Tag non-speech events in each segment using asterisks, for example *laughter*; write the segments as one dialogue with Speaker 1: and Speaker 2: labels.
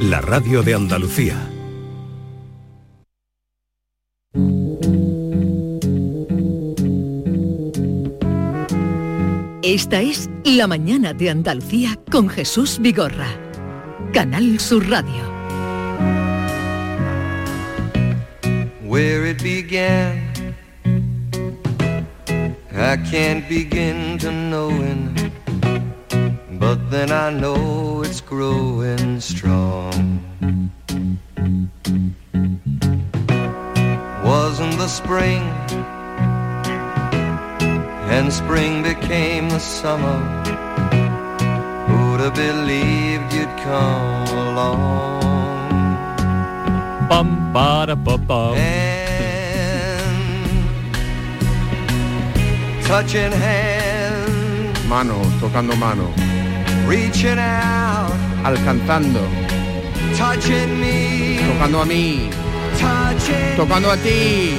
Speaker 1: la radio de Andalucía.
Speaker 2: Esta es La mañana de Andalucía con Jesús Vigorra. Canal Sur Radio.
Speaker 3: Where it began, I can't begin to knowing, but then I know it's growing strong. Wasn't the spring, and spring became the summer. Who'd have believed you'd come along?
Speaker 4: Pam, para, pa, pam.
Speaker 3: Touching hands,
Speaker 5: Mano, tocando mano,
Speaker 3: reaching out,
Speaker 5: alcanzando,
Speaker 3: touching me,
Speaker 5: tocando a mí,
Speaker 3: touching
Speaker 5: tocando a ti.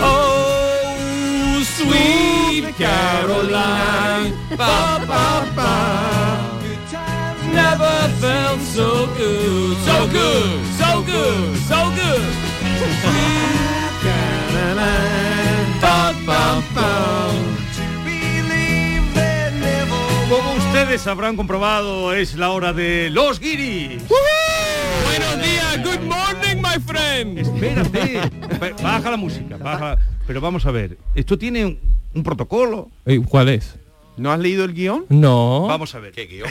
Speaker 4: Oh, sweet Caroline. Ba, ba, ba. Never felt so good. So good, so good, so *laughs* good. Sweet Caroline. Ba, ba, ba.
Speaker 3: believe that never
Speaker 6: Como ustedes habrán comprobado, es la hora de los guiris.
Speaker 4: Buenos días, good morning, my friend.
Speaker 6: Espérate, Ba- baja la música, baja. Pero vamos a ver, esto tiene un, un protocolo.
Speaker 7: ¿Cuál es?
Speaker 5: ¿No has leído el guión?
Speaker 7: No.
Speaker 6: Vamos a ver. ¿Qué *laughs* guión?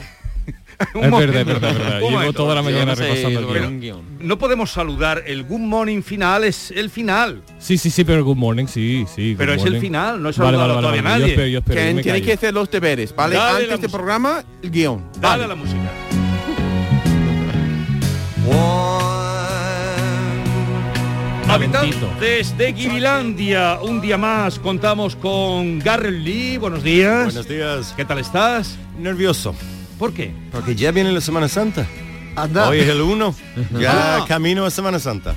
Speaker 7: es verdad, es verdad, es verdad.
Speaker 6: Un
Speaker 7: Llevo
Speaker 6: momento.
Speaker 7: toda la mañana
Speaker 8: no sé
Speaker 7: repasando el
Speaker 8: sobre
Speaker 7: guión.
Speaker 8: un guión.
Speaker 6: No podemos saludar, el good morning final es el final.
Speaker 7: Sí, sí, sí, pero Good Morning, sí, sí. Good
Speaker 6: Pero es el
Speaker 7: Morning.
Speaker 6: final, no he
Speaker 7: vale, vale,
Speaker 6: saludado
Speaker 7: vale,
Speaker 6: todavía
Speaker 7: vale. Yo
Speaker 6: nadie.
Speaker 7: espero, yo espero. yo
Speaker 5: Que
Speaker 7: me
Speaker 5: tienes
Speaker 7: callo.
Speaker 5: que hacer los deberes, ¿vale?
Speaker 6: Dale la
Speaker 5: Antes de
Speaker 6: música.
Speaker 5: programa, el guión.
Speaker 6: Dale
Speaker 5: Vale.
Speaker 6: a la música.
Speaker 3: one.
Speaker 7: Momentito.
Speaker 6: Habitantes de Guirilandia, un día más contamos con Garrett Lee. Buenos días.
Speaker 8: Buenos días.
Speaker 6: ¿Qué tal estás?
Speaker 8: Nervioso.
Speaker 6: ¿Por qué?
Speaker 8: Porque ya viene la Semana Santa. Hoy es el 1. Ya
Speaker 5: Ah.
Speaker 8: camino a Semana Santa.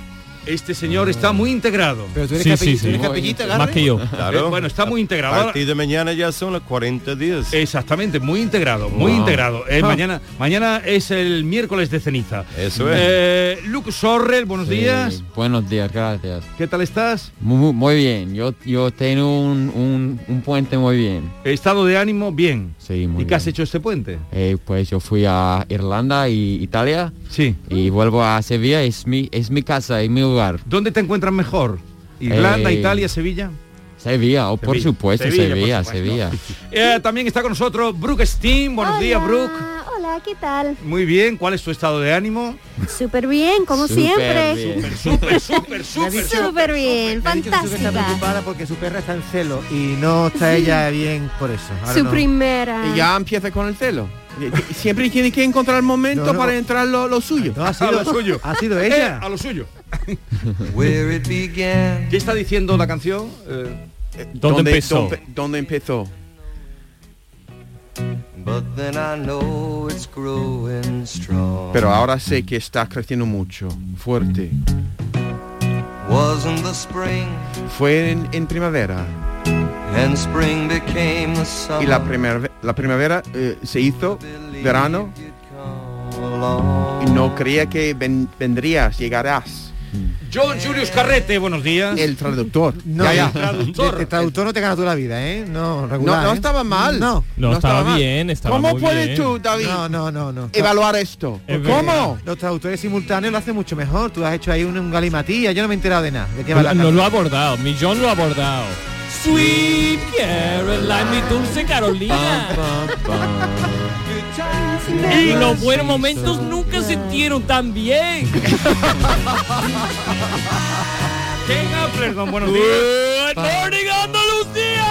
Speaker 6: Este señor está muy integrado.
Speaker 9: Pero tú eres,
Speaker 7: Sí,
Speaker 9: capi-
Speaker 7: sí,
Speaker 9: tú eres
Speaker 7: sí.
Speaker 9: capellita,
Speaker 7: Más
Speaker 9: Garre?
Speaker 7: que yo.
Speaker 8: Claro.
Speaker 6: Eh, bueno, está muy integrado.
Speaker 8: A
Speaker 6: Ahora-
Speaker 8: partir de mañana ya son los 40 días.
Speaker 6: Exactamente, muy integrado, muy integrado.
Speaker 9: Ah.
Speaker 6: Eh, mañana, mañana es el miércoles de ceniza.
Speaker 8: Eso es.
Speaker 6: Eh, Luke Sorrel, buenos días.
Speaker 9: Sí, Buenos días, gracias.
Speaker 6: ¿Qué tal estás?
Speaker 9: Muy, muy- muy bien, yo, yo tengo un, un- un puente muy bien.
Speaker 6: Estado de ánimo, bien.
Speaker 9: Sí, muy
Speaker 6: ¿Y qué has
Speaker 9: bien.
Speaker 6: hecho este puente?
Speaker 9: Eh, pues yo fui a Irlanda y Italia
Speaker 6: Sí.
Speaker 9: y vuelvo a Sevilla, es mi, es mi casa, es mi hogar.
Speaker 6: ¿Dónde te encuentras mejor? Irlanda,
Speaker 9: Eh,
Speaker 6: Italia, Sevilla.
Speaker 9: Sevilla, oh, por
Speaker 6: Sevilla.
Speaker 9: supuesto,
Speaker 6: Sevilla, por
Speaker 9: Sevilla,
Speaker 6: supuesto.
Speaker 9: Sevilla.
Speaker 6: *laughs* Eh, también está con nosotros Brooke Steam. Buenos
Speaker 10: Hola,
Speaker 6: días, Brooke.
Speaker 10: Hola, ¿qué tal?
Speaker 6: Muy bien, ¿cuál es tu estado de ánimo?
Speaker 10: Súper bien, como
Speaker 9: Súper
Speaker 10: siempre.
Speaker 9: bien.
Speaker 6: Súper,
Speaker 10: *laughs*
Speaker 6: súper, súper.
Speaker 10: Súper bien,
Speaker 9: Me ha dicho que tú que estás
Speaker 10: fantástica.
Speaker 9: preocupada
Speaker 11: porque su perra está en celo y no está ella bien por eso. Ahora
Speaker 10: Su
Speaker 11: no.
Speaker 10: primera.
Speaker 5: Y ya empieza con el celo. Y- y Siempre tienes que encontrar el momento
Speaker 11: No, no.
Speaker 5: para entrar lo, *laughs* lo suyo.
Speaker 11: No, ha
Speaker 6: *laughs* A
Speaker 11: sido
Speaker 6: lo suyo.
Speaker 11: Ha sido
Speaker 6: Eh,
Speaker 11: ella.
Speaker 6: *laughs* a lo
Speaker 11: *laughs*
Speaker 6: suyo.
Speaker 3: Where it began.
Speaker 6: ¿Qué está diciendo la canción? Eh,
Speaker 5: ¿Dónde,
Speaker 7: empezó?
Speaker 5: dónde- dónde empezó?
Speaker 3: But then I know it's growing strong.
Speaker 5: Eh. Pero ahora sé que está creciendo mucho, fuerte.
Speaker 3: Wasn't the spring,
Speaker 5: Fue en, en primavera
Speaker 3: and spring became the summer.
Speaker 5: y la, primer- la primavera eh, se hizo verano
Speaker 3: You'd come along.
Speaker 5: y no creía que ven- vendrías, llegarás.
Speaker 6: John Julius Carrete, buenos días.
Speaker 5: El
Speaker 6: *laughs*
Speaker 5: traductor.
Speaker 11: No,
Speaker 5: Ya,
Speaker 11: de- *laughs*
Speaker 5: ya.
Speaker 6: traductor.
Speaker 11: De, de *laughs* este traductor no te ganas tú la vida, ¿eh? No, regular.
Speaker 5: No, no
Speaker 11: ¿eh?
Speaker 5: estaba mal.
Speaker 11: No.
Speaker 7: No, estaba
Speaker 5: mal.
Speaker 7: bien, estaba
Speaker 5: ¿Cómo
Speaker 7: muy
Speaker 5: puedes
Speaker 7: bien.
Speaker 5: tú, David,
Speaker 11: No, no, no, no.
Speaker 5: evaluar esto?
Speaker 7: Es
Speaker 5: ¿Cómo?
Speaker 11: Los traductores simultáneos lo hacen mucho mejor. Tú has hecho ahí un, un galimatías. Yo no me he enterado de nada. ¿De qué va la
Speaker 7: No, no
Speaker 11: canción?
Speaker 7: lo ha abordado, mi John lo ha abordado. Sweet Caroline, mi dulce Carolina. Y los buenos momentos nunca se sintieron tan bien.
Speaker 6: Ken Apler, don buenos días.
Speaker 7: Good morning, Andalucía.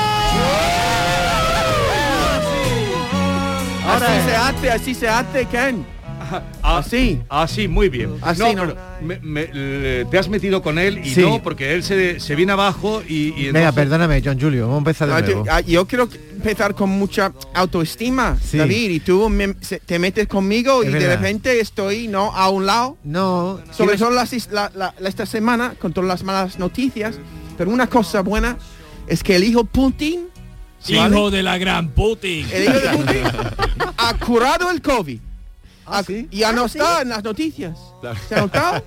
Speaker 5: así se hace, así se hace, Ken.
Speaker 11: Ah,
Speaker 5: Así.
Speaker 6: Así, muy bien.
Speaker 5: Así
Speaker 6: no,
Speaker 5: no.
Speaker 6: pero me- me- le- te has metido con él y
Speaker 11: Sí.
Speaker 6: no, porque él se, se viene abajo y... y
Speaker 11: Venga,
Speaker 6: entonces-
Speaker 11: perdóname, John Julio. Vamos a empezar
Speaker 5: Ah,
Speaker 11: de
Speaker 5: yo-
Speaker 11: nuevo.
Speaker 5: ah, Yo quiero empezar con mucha autoestima,
Speaker 11: Sí.
Speaker 5: David, y tú me- se- te metes conmigo
Speaker 11: Es
Speaker 5: y de
Speaker 11: verdad.
Speaker 5: repente estoy no a un lado.
Speaker 11: No.
Speaker 5: Sobre
Speaker 11: tienes-
Speaker 5: todo las is- la- la- la- esta semana con todas las malas noticias, pero una cosa buena es que el hijo Putin, ¿vale?
Speaker 7: Hijo de la gran Putin.
Speaker 5: el hijo de Putin ha curado el COVID. Ah, Ya no está en las noticias. ¿Se ha notado?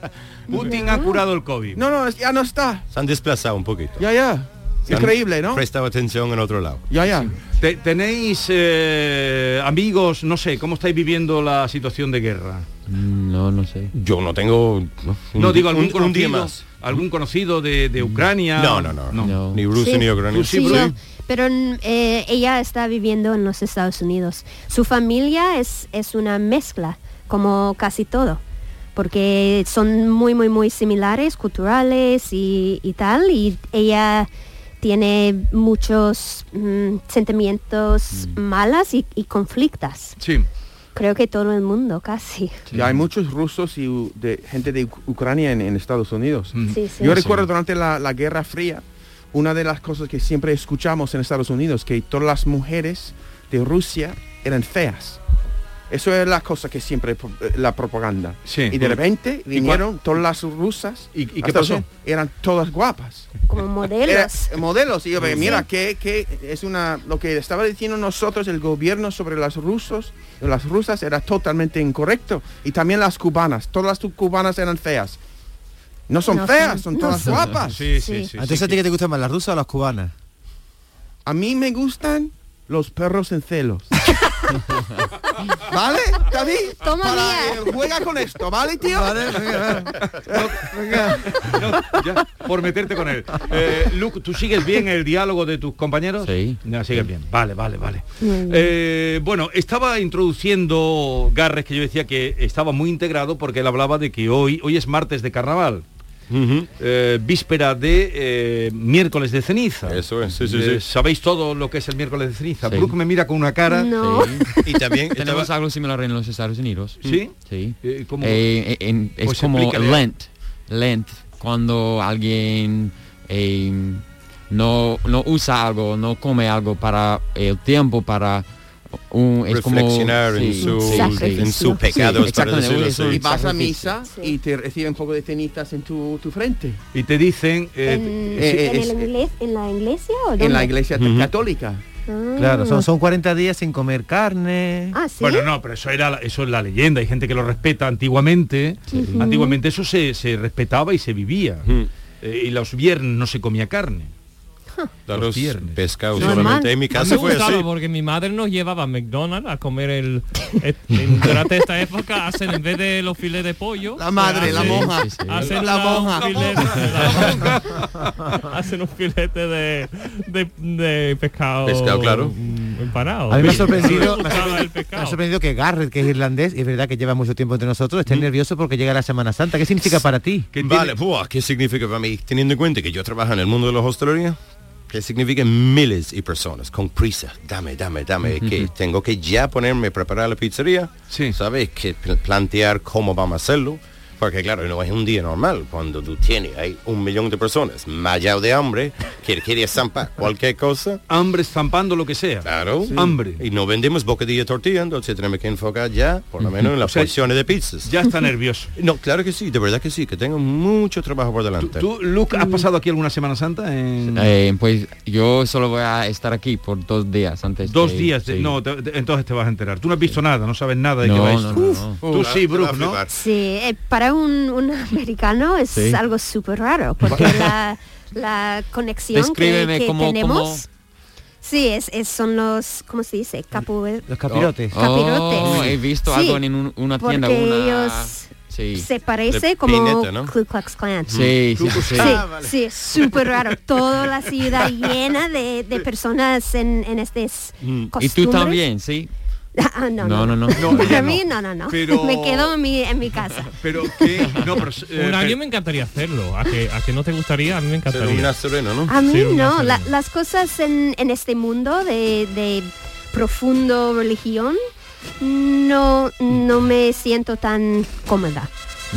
Speaker 6: Putin ha curado el COVID.
Speaker 5: No, no, es- ya no está.
Speaker 8: Se han desplazado un poquito.
Speaker 5: Ya, ya.
Speaker 8: Se han
Speaker 5: Increíble, ¿no?
Speaker 8: Prestado atención en otro lado.
Speaker 5: Ya, ya.
Speaker 6: Te- ¿Tenéis eh, amigos, no sé, cómo estáis viviendo la situación de guerra?
Speaker 9: Mm, No, no sé.
Speaker 8: Yo no tengo. No,
Speaker 6: No, digo, algún
Speaker 8: un día
Speaker 6: conocido,
Speaker 8: más.
Speaker 6: algún conocido de, de Ucrania.
Speaker 8: No, no, no, Ni Bruce
Speaker 10: Sí.
Speaker 8: ni Ucrania.
Speaker 10: Sí, no, pero mm, eh, ella está viviendo en los Estados Unidos. Su familia es, es una mezcla, como casi todo, porque son muy, muy, muy similares, culturales y, y tal, y ella tiene muchos mm, sentimientos
Speaker 6: Mm.
Speaker 10: malas y, y conflictas.
Speaker 6: Sí.
Speaker 10: Creo que todo el mundo, casi.
Speaker 5: Ya hay muchos rusos y u- de, gente de Uc- Ucrania en, en Estados Unidos.
Speaker 6: Mm.
Speaker 10: Sí, sí.
Speaker 5: Yo
Speaker 10: Sí.
Speaker 5: recuerdo durante la, la Guerra Fría, una de las cosas que siempre escuchamos en Estados Unidos, que todas las mujeres de Rusia eran feas. Eso es la cosa que siempre pro- eh, la propaganda. Y de repente
Speaker 6: ¿Y cuál-
Speaker 5: vinieron todas las rusas
Speaker 6: ¿Y- y
Speaker 5: a
Speaker 6: qué
Speaker 5: Estados
Speaker 6: pasó?
Speaker 5: Unidos, Eran todas guapas.
Speaker 10: Como modelos.
Speaker 5: *laughs* Era- modelos. Y yo,
Speaker 10: Sí.
Speaker 5: mira, que, que es una lo que estaba diciendo nosotros el gobierno sobre las rusos, las rusas era totalmente incorrecto. Y también las cubanas. Todas las cubanas eran feas. No son
Speaker 11: No son-
Speaker 5: feas, son
Speaker 11: no
Speaker 5: todas
Speaker 11: son.
Speaker 5: guapas.
Speaker 11: Sí, sí, Sí. sí, Entonces, sí, ¿a ti sí. qué te
Speaker 5: gustan más, las rusas o las cubanas? A mí me gustan los perros en *laughs* celos. ¿Vale, David?
Speaker 10: Toma
Speaker 5: Para-
Speaker 10: mía.
Speaker 5: eh, Juega con esto, ¿vale, tío?
Speaker 6: Ya, por meterte con él. Eh, Luke, ¿tú sigues bien el diálogo de tus compañeros? Sí. sigues bien. Vale, vale, vale. Eh, bueno, estaba introduciendo Garres que yo decía que estaba muy integrado porque él hablaba de que hoy, hoy es martes de carnaval. Eh, víspera de eh, miércoles de ceniza. Eso es,
Speaker 8: sí, sí.
Speaker 6: Sabéis todo lo que es el miércoles de ceniza. Brooke me mira con una cara.
Speaker 10: No.
Speaker 8: Y también
Speaker 9: *laughs*
Speaker 6: *laughs*
Speaker 9: tenemos algo similar en los Estados Unidos. Mm,
Speaker 6: ¿Sí?
Speaker 9: Sí.
Speaker 6: Eh, ¿cómo?
Speaker 9: Eh, en- en- es
Speaker 6: Pues
Speaker 9: como
Speaker 6: explícale.
Speaker 9: Lent. Lent. Cuando alguien eh, no, no usa algo, no come algo para el tiempo, para... Un, es como-
Speaker 8: Reflexionar en
Speaker 9: sí,
Speaker 8: su-
Speaker 9: sí,
Speaker 8: en
Speaker 9: sí.
Speaker 8: sus
Speaker 9: Sí,
Speaker 8: pecados, para
Speaker 9: exactamente,
Speaker 8: decirlo
Speaker 9: es
Speaker 8: así.
Speaker 9: un
Speaker 5: Y vas a
Speaker 9: sacrificio.
Speaker 5: misa y te reciben un poco de cenizas en tu, tu frente.
Speaker 6: Y te dicen... eh,
Speaker 10: en,
Speaker 5: eh,
Speaker 10: en
Speaker 5: es-
Speaker 10: el inglés- en la iglesia o
Speaker 5: En la
Speaker 10: dónde?
Speaker 5: iglesia católica.
Speaker 10: Ah.
Speaker 11: Claro, son, son 40 días sin comer carne.
Speaker 10: Ah, sí.
Speaker 6: Bueno, no, pero eso era la- eso es la leyenda. Hay gente que lo respeta antiguamente.
Speaker 10: Ujú.
Speaker 6: Antiguamente eso se, se respetaba y se vivía.
Speaker 8: Hmm.
Speaker 6: Eh, y los viernes no se comía carne.
Speaker 8: Los pescados.
Speaker 6: Normal.
Speaker 8: solamente. En mi
Speaker 7: A mí
Speaker 8: casa
Speaker 7: me
Speaker 8: fue
Speaker 7: gustaba
Speaker 8: así.
Speaker 7: porque mi madre nos llevaba a McDonald's a comer el, et- en- durante esta época hacen en vez de los filetes de pollo pues,
Speaker 5: La madre, la
Speaker 7: hacen-
Speaker 5: monja.
Speaker 7: hacen
Speaker 5: La
Speaker 7: una- un
Speaker 5: monja.
Speaker 7: filete-
Speaker 5: La
Speaker 7: hacen un filete de, de- de pescado
Speaker 8: Pescado, claro.
Speaker 7: mm, empanado
Speaker 11: A mí me ha
Speaker 7: Sí.
Speaker 11: sorprendido,
Speaker 7: Me
Speaker 11: me ha
Speaker 7: gustaba el
Speaker 11: sorprendido- me ha sorprendido que Garrett, que es irlandés, y es verdad que lleva mucho tiempo entre nosotros,
Speaker 7: Mm.
Speaker 11: esté nervioso porque llega la Semana Santa. ¿Qué significa para ti?
Speaker 8: Vale, buah, ¿qué significa para mí? Teniendo en cuenta que yo trabajo en el mundo de la hostelería, que significa miles y personas con prisa. Dame, dame, dame, que
Speaker 12: Ujú.
Speaker 8: tengo que ya ponerme a preparar la pizzería. ¿Sabes? Que pl- plantear cómo vamos a hacerlo. Porque claro, no es un día normal cuando tú tienes hay un millón de personas mallado de hambre *laughs* que quiere zampar cualquier cosa.
Speaker 6: Hambre zampando lo que sea.
Speaker 8: Claro.
Speaker 6: Hambre.
Speaker 8: Y no vendemos bocadilla de tortilla, entonces tenemos que enfocar ya, por lo menos en las
Speaker 6: O sea,
Speaker 8: porciones de pizzas.
Speaker 6: Ya está nervioso.
Speaker 8: *laughs* No, claro que sí, de verdad que sí, que tengo mucho trabajo por delante.
Speaker 6: ¿Tú, Luke, has pasado aquí alguna Semana Santa? En...
Speaker 9: Eh, pues yo solo voy a estar aquí por dos días antes.
Speaker 6: Dos
Speaker 9: de-
Speaker 6: días. de-
Speaker 9: sí.
Speaker 6: No, te- te- entonces te vas a enterar. Tú no has visto nada, no sabes nada de
Speaker 9: No,
Speaker 6: qué va
Speaker 9: no,
Speaker 6: esto.
Speaker 9: no,
Speaker 6: Uf,
Speaker 9: no.
Speaker 6: Tú sí, Brooke, ¿no?
Speaker 10: Sí, eh, para un, un americano es
Speaker 9: Sí.
Speaker 10: algo súper raro, porque
Speaker 11: *laughs*
Speaker 10: la, la conexión que,
Speaker 9: Descríbeme
Speaker 10: que
Speaker 9: cómo-
Speaker 10: tenemos...
Speaker 9: cómo-
Speaker 10: Sí, es, es- son los, ¿cómo se dice? Capu-
Speaker 11: Los
Speaker 9: capirotes. Oh,
Speaker 10: Capirotes.
Speaker 9: he visto
Speaker 10: Sí,
Speaker 9: algo en un- una tienda,
Speaker 10: Porque
Speaker 9: una-
Speaker 10: ellos
Speaker 9: sí.
Speaker 10: se parece
Speaker 9: De
Speaker 10: como
Speaker 9: pineta, ¿no?
Speaker 10: Ku Klux Klan.
Speaker 9: Sí, sí, sí.
Speaker 10: sí,
Speaker 9: Ah,
Speaker 10: sí, es súper raro. Toda la ciudad llena de, de personas en, en estas
Speaker 9: Mm. Y
Speaker 10: costumbres.
Speaker 9: tú también, ¿sí?
Speaker 10: Ah, no, no,
Speaker 9: no.
Speaker 10: *laughs* A mí no, no, no.
Speaker 7: Pero-
Speaker 10: Me quedo en mi, en mi casa.
Speaker 6: Pero que no,
Speaker 7: *laughs*
Speaker 6: pero,
Speaker 7: un año
Speaker 6: pero-
Speaker 7: me encantaría hacerlo. ¿A que, a que no te gustaría? A mí me encantaría.
Speaker 8: eh, un nazareno, ¿no?
Speaker 10: A mí
Speaker 7: Ser un
Speaker 10: no,
Speaker 7: nazareno.
Speaker 10: la- las cosas en, en este mundo de, de profundo religión no, no me siento tan cómoda.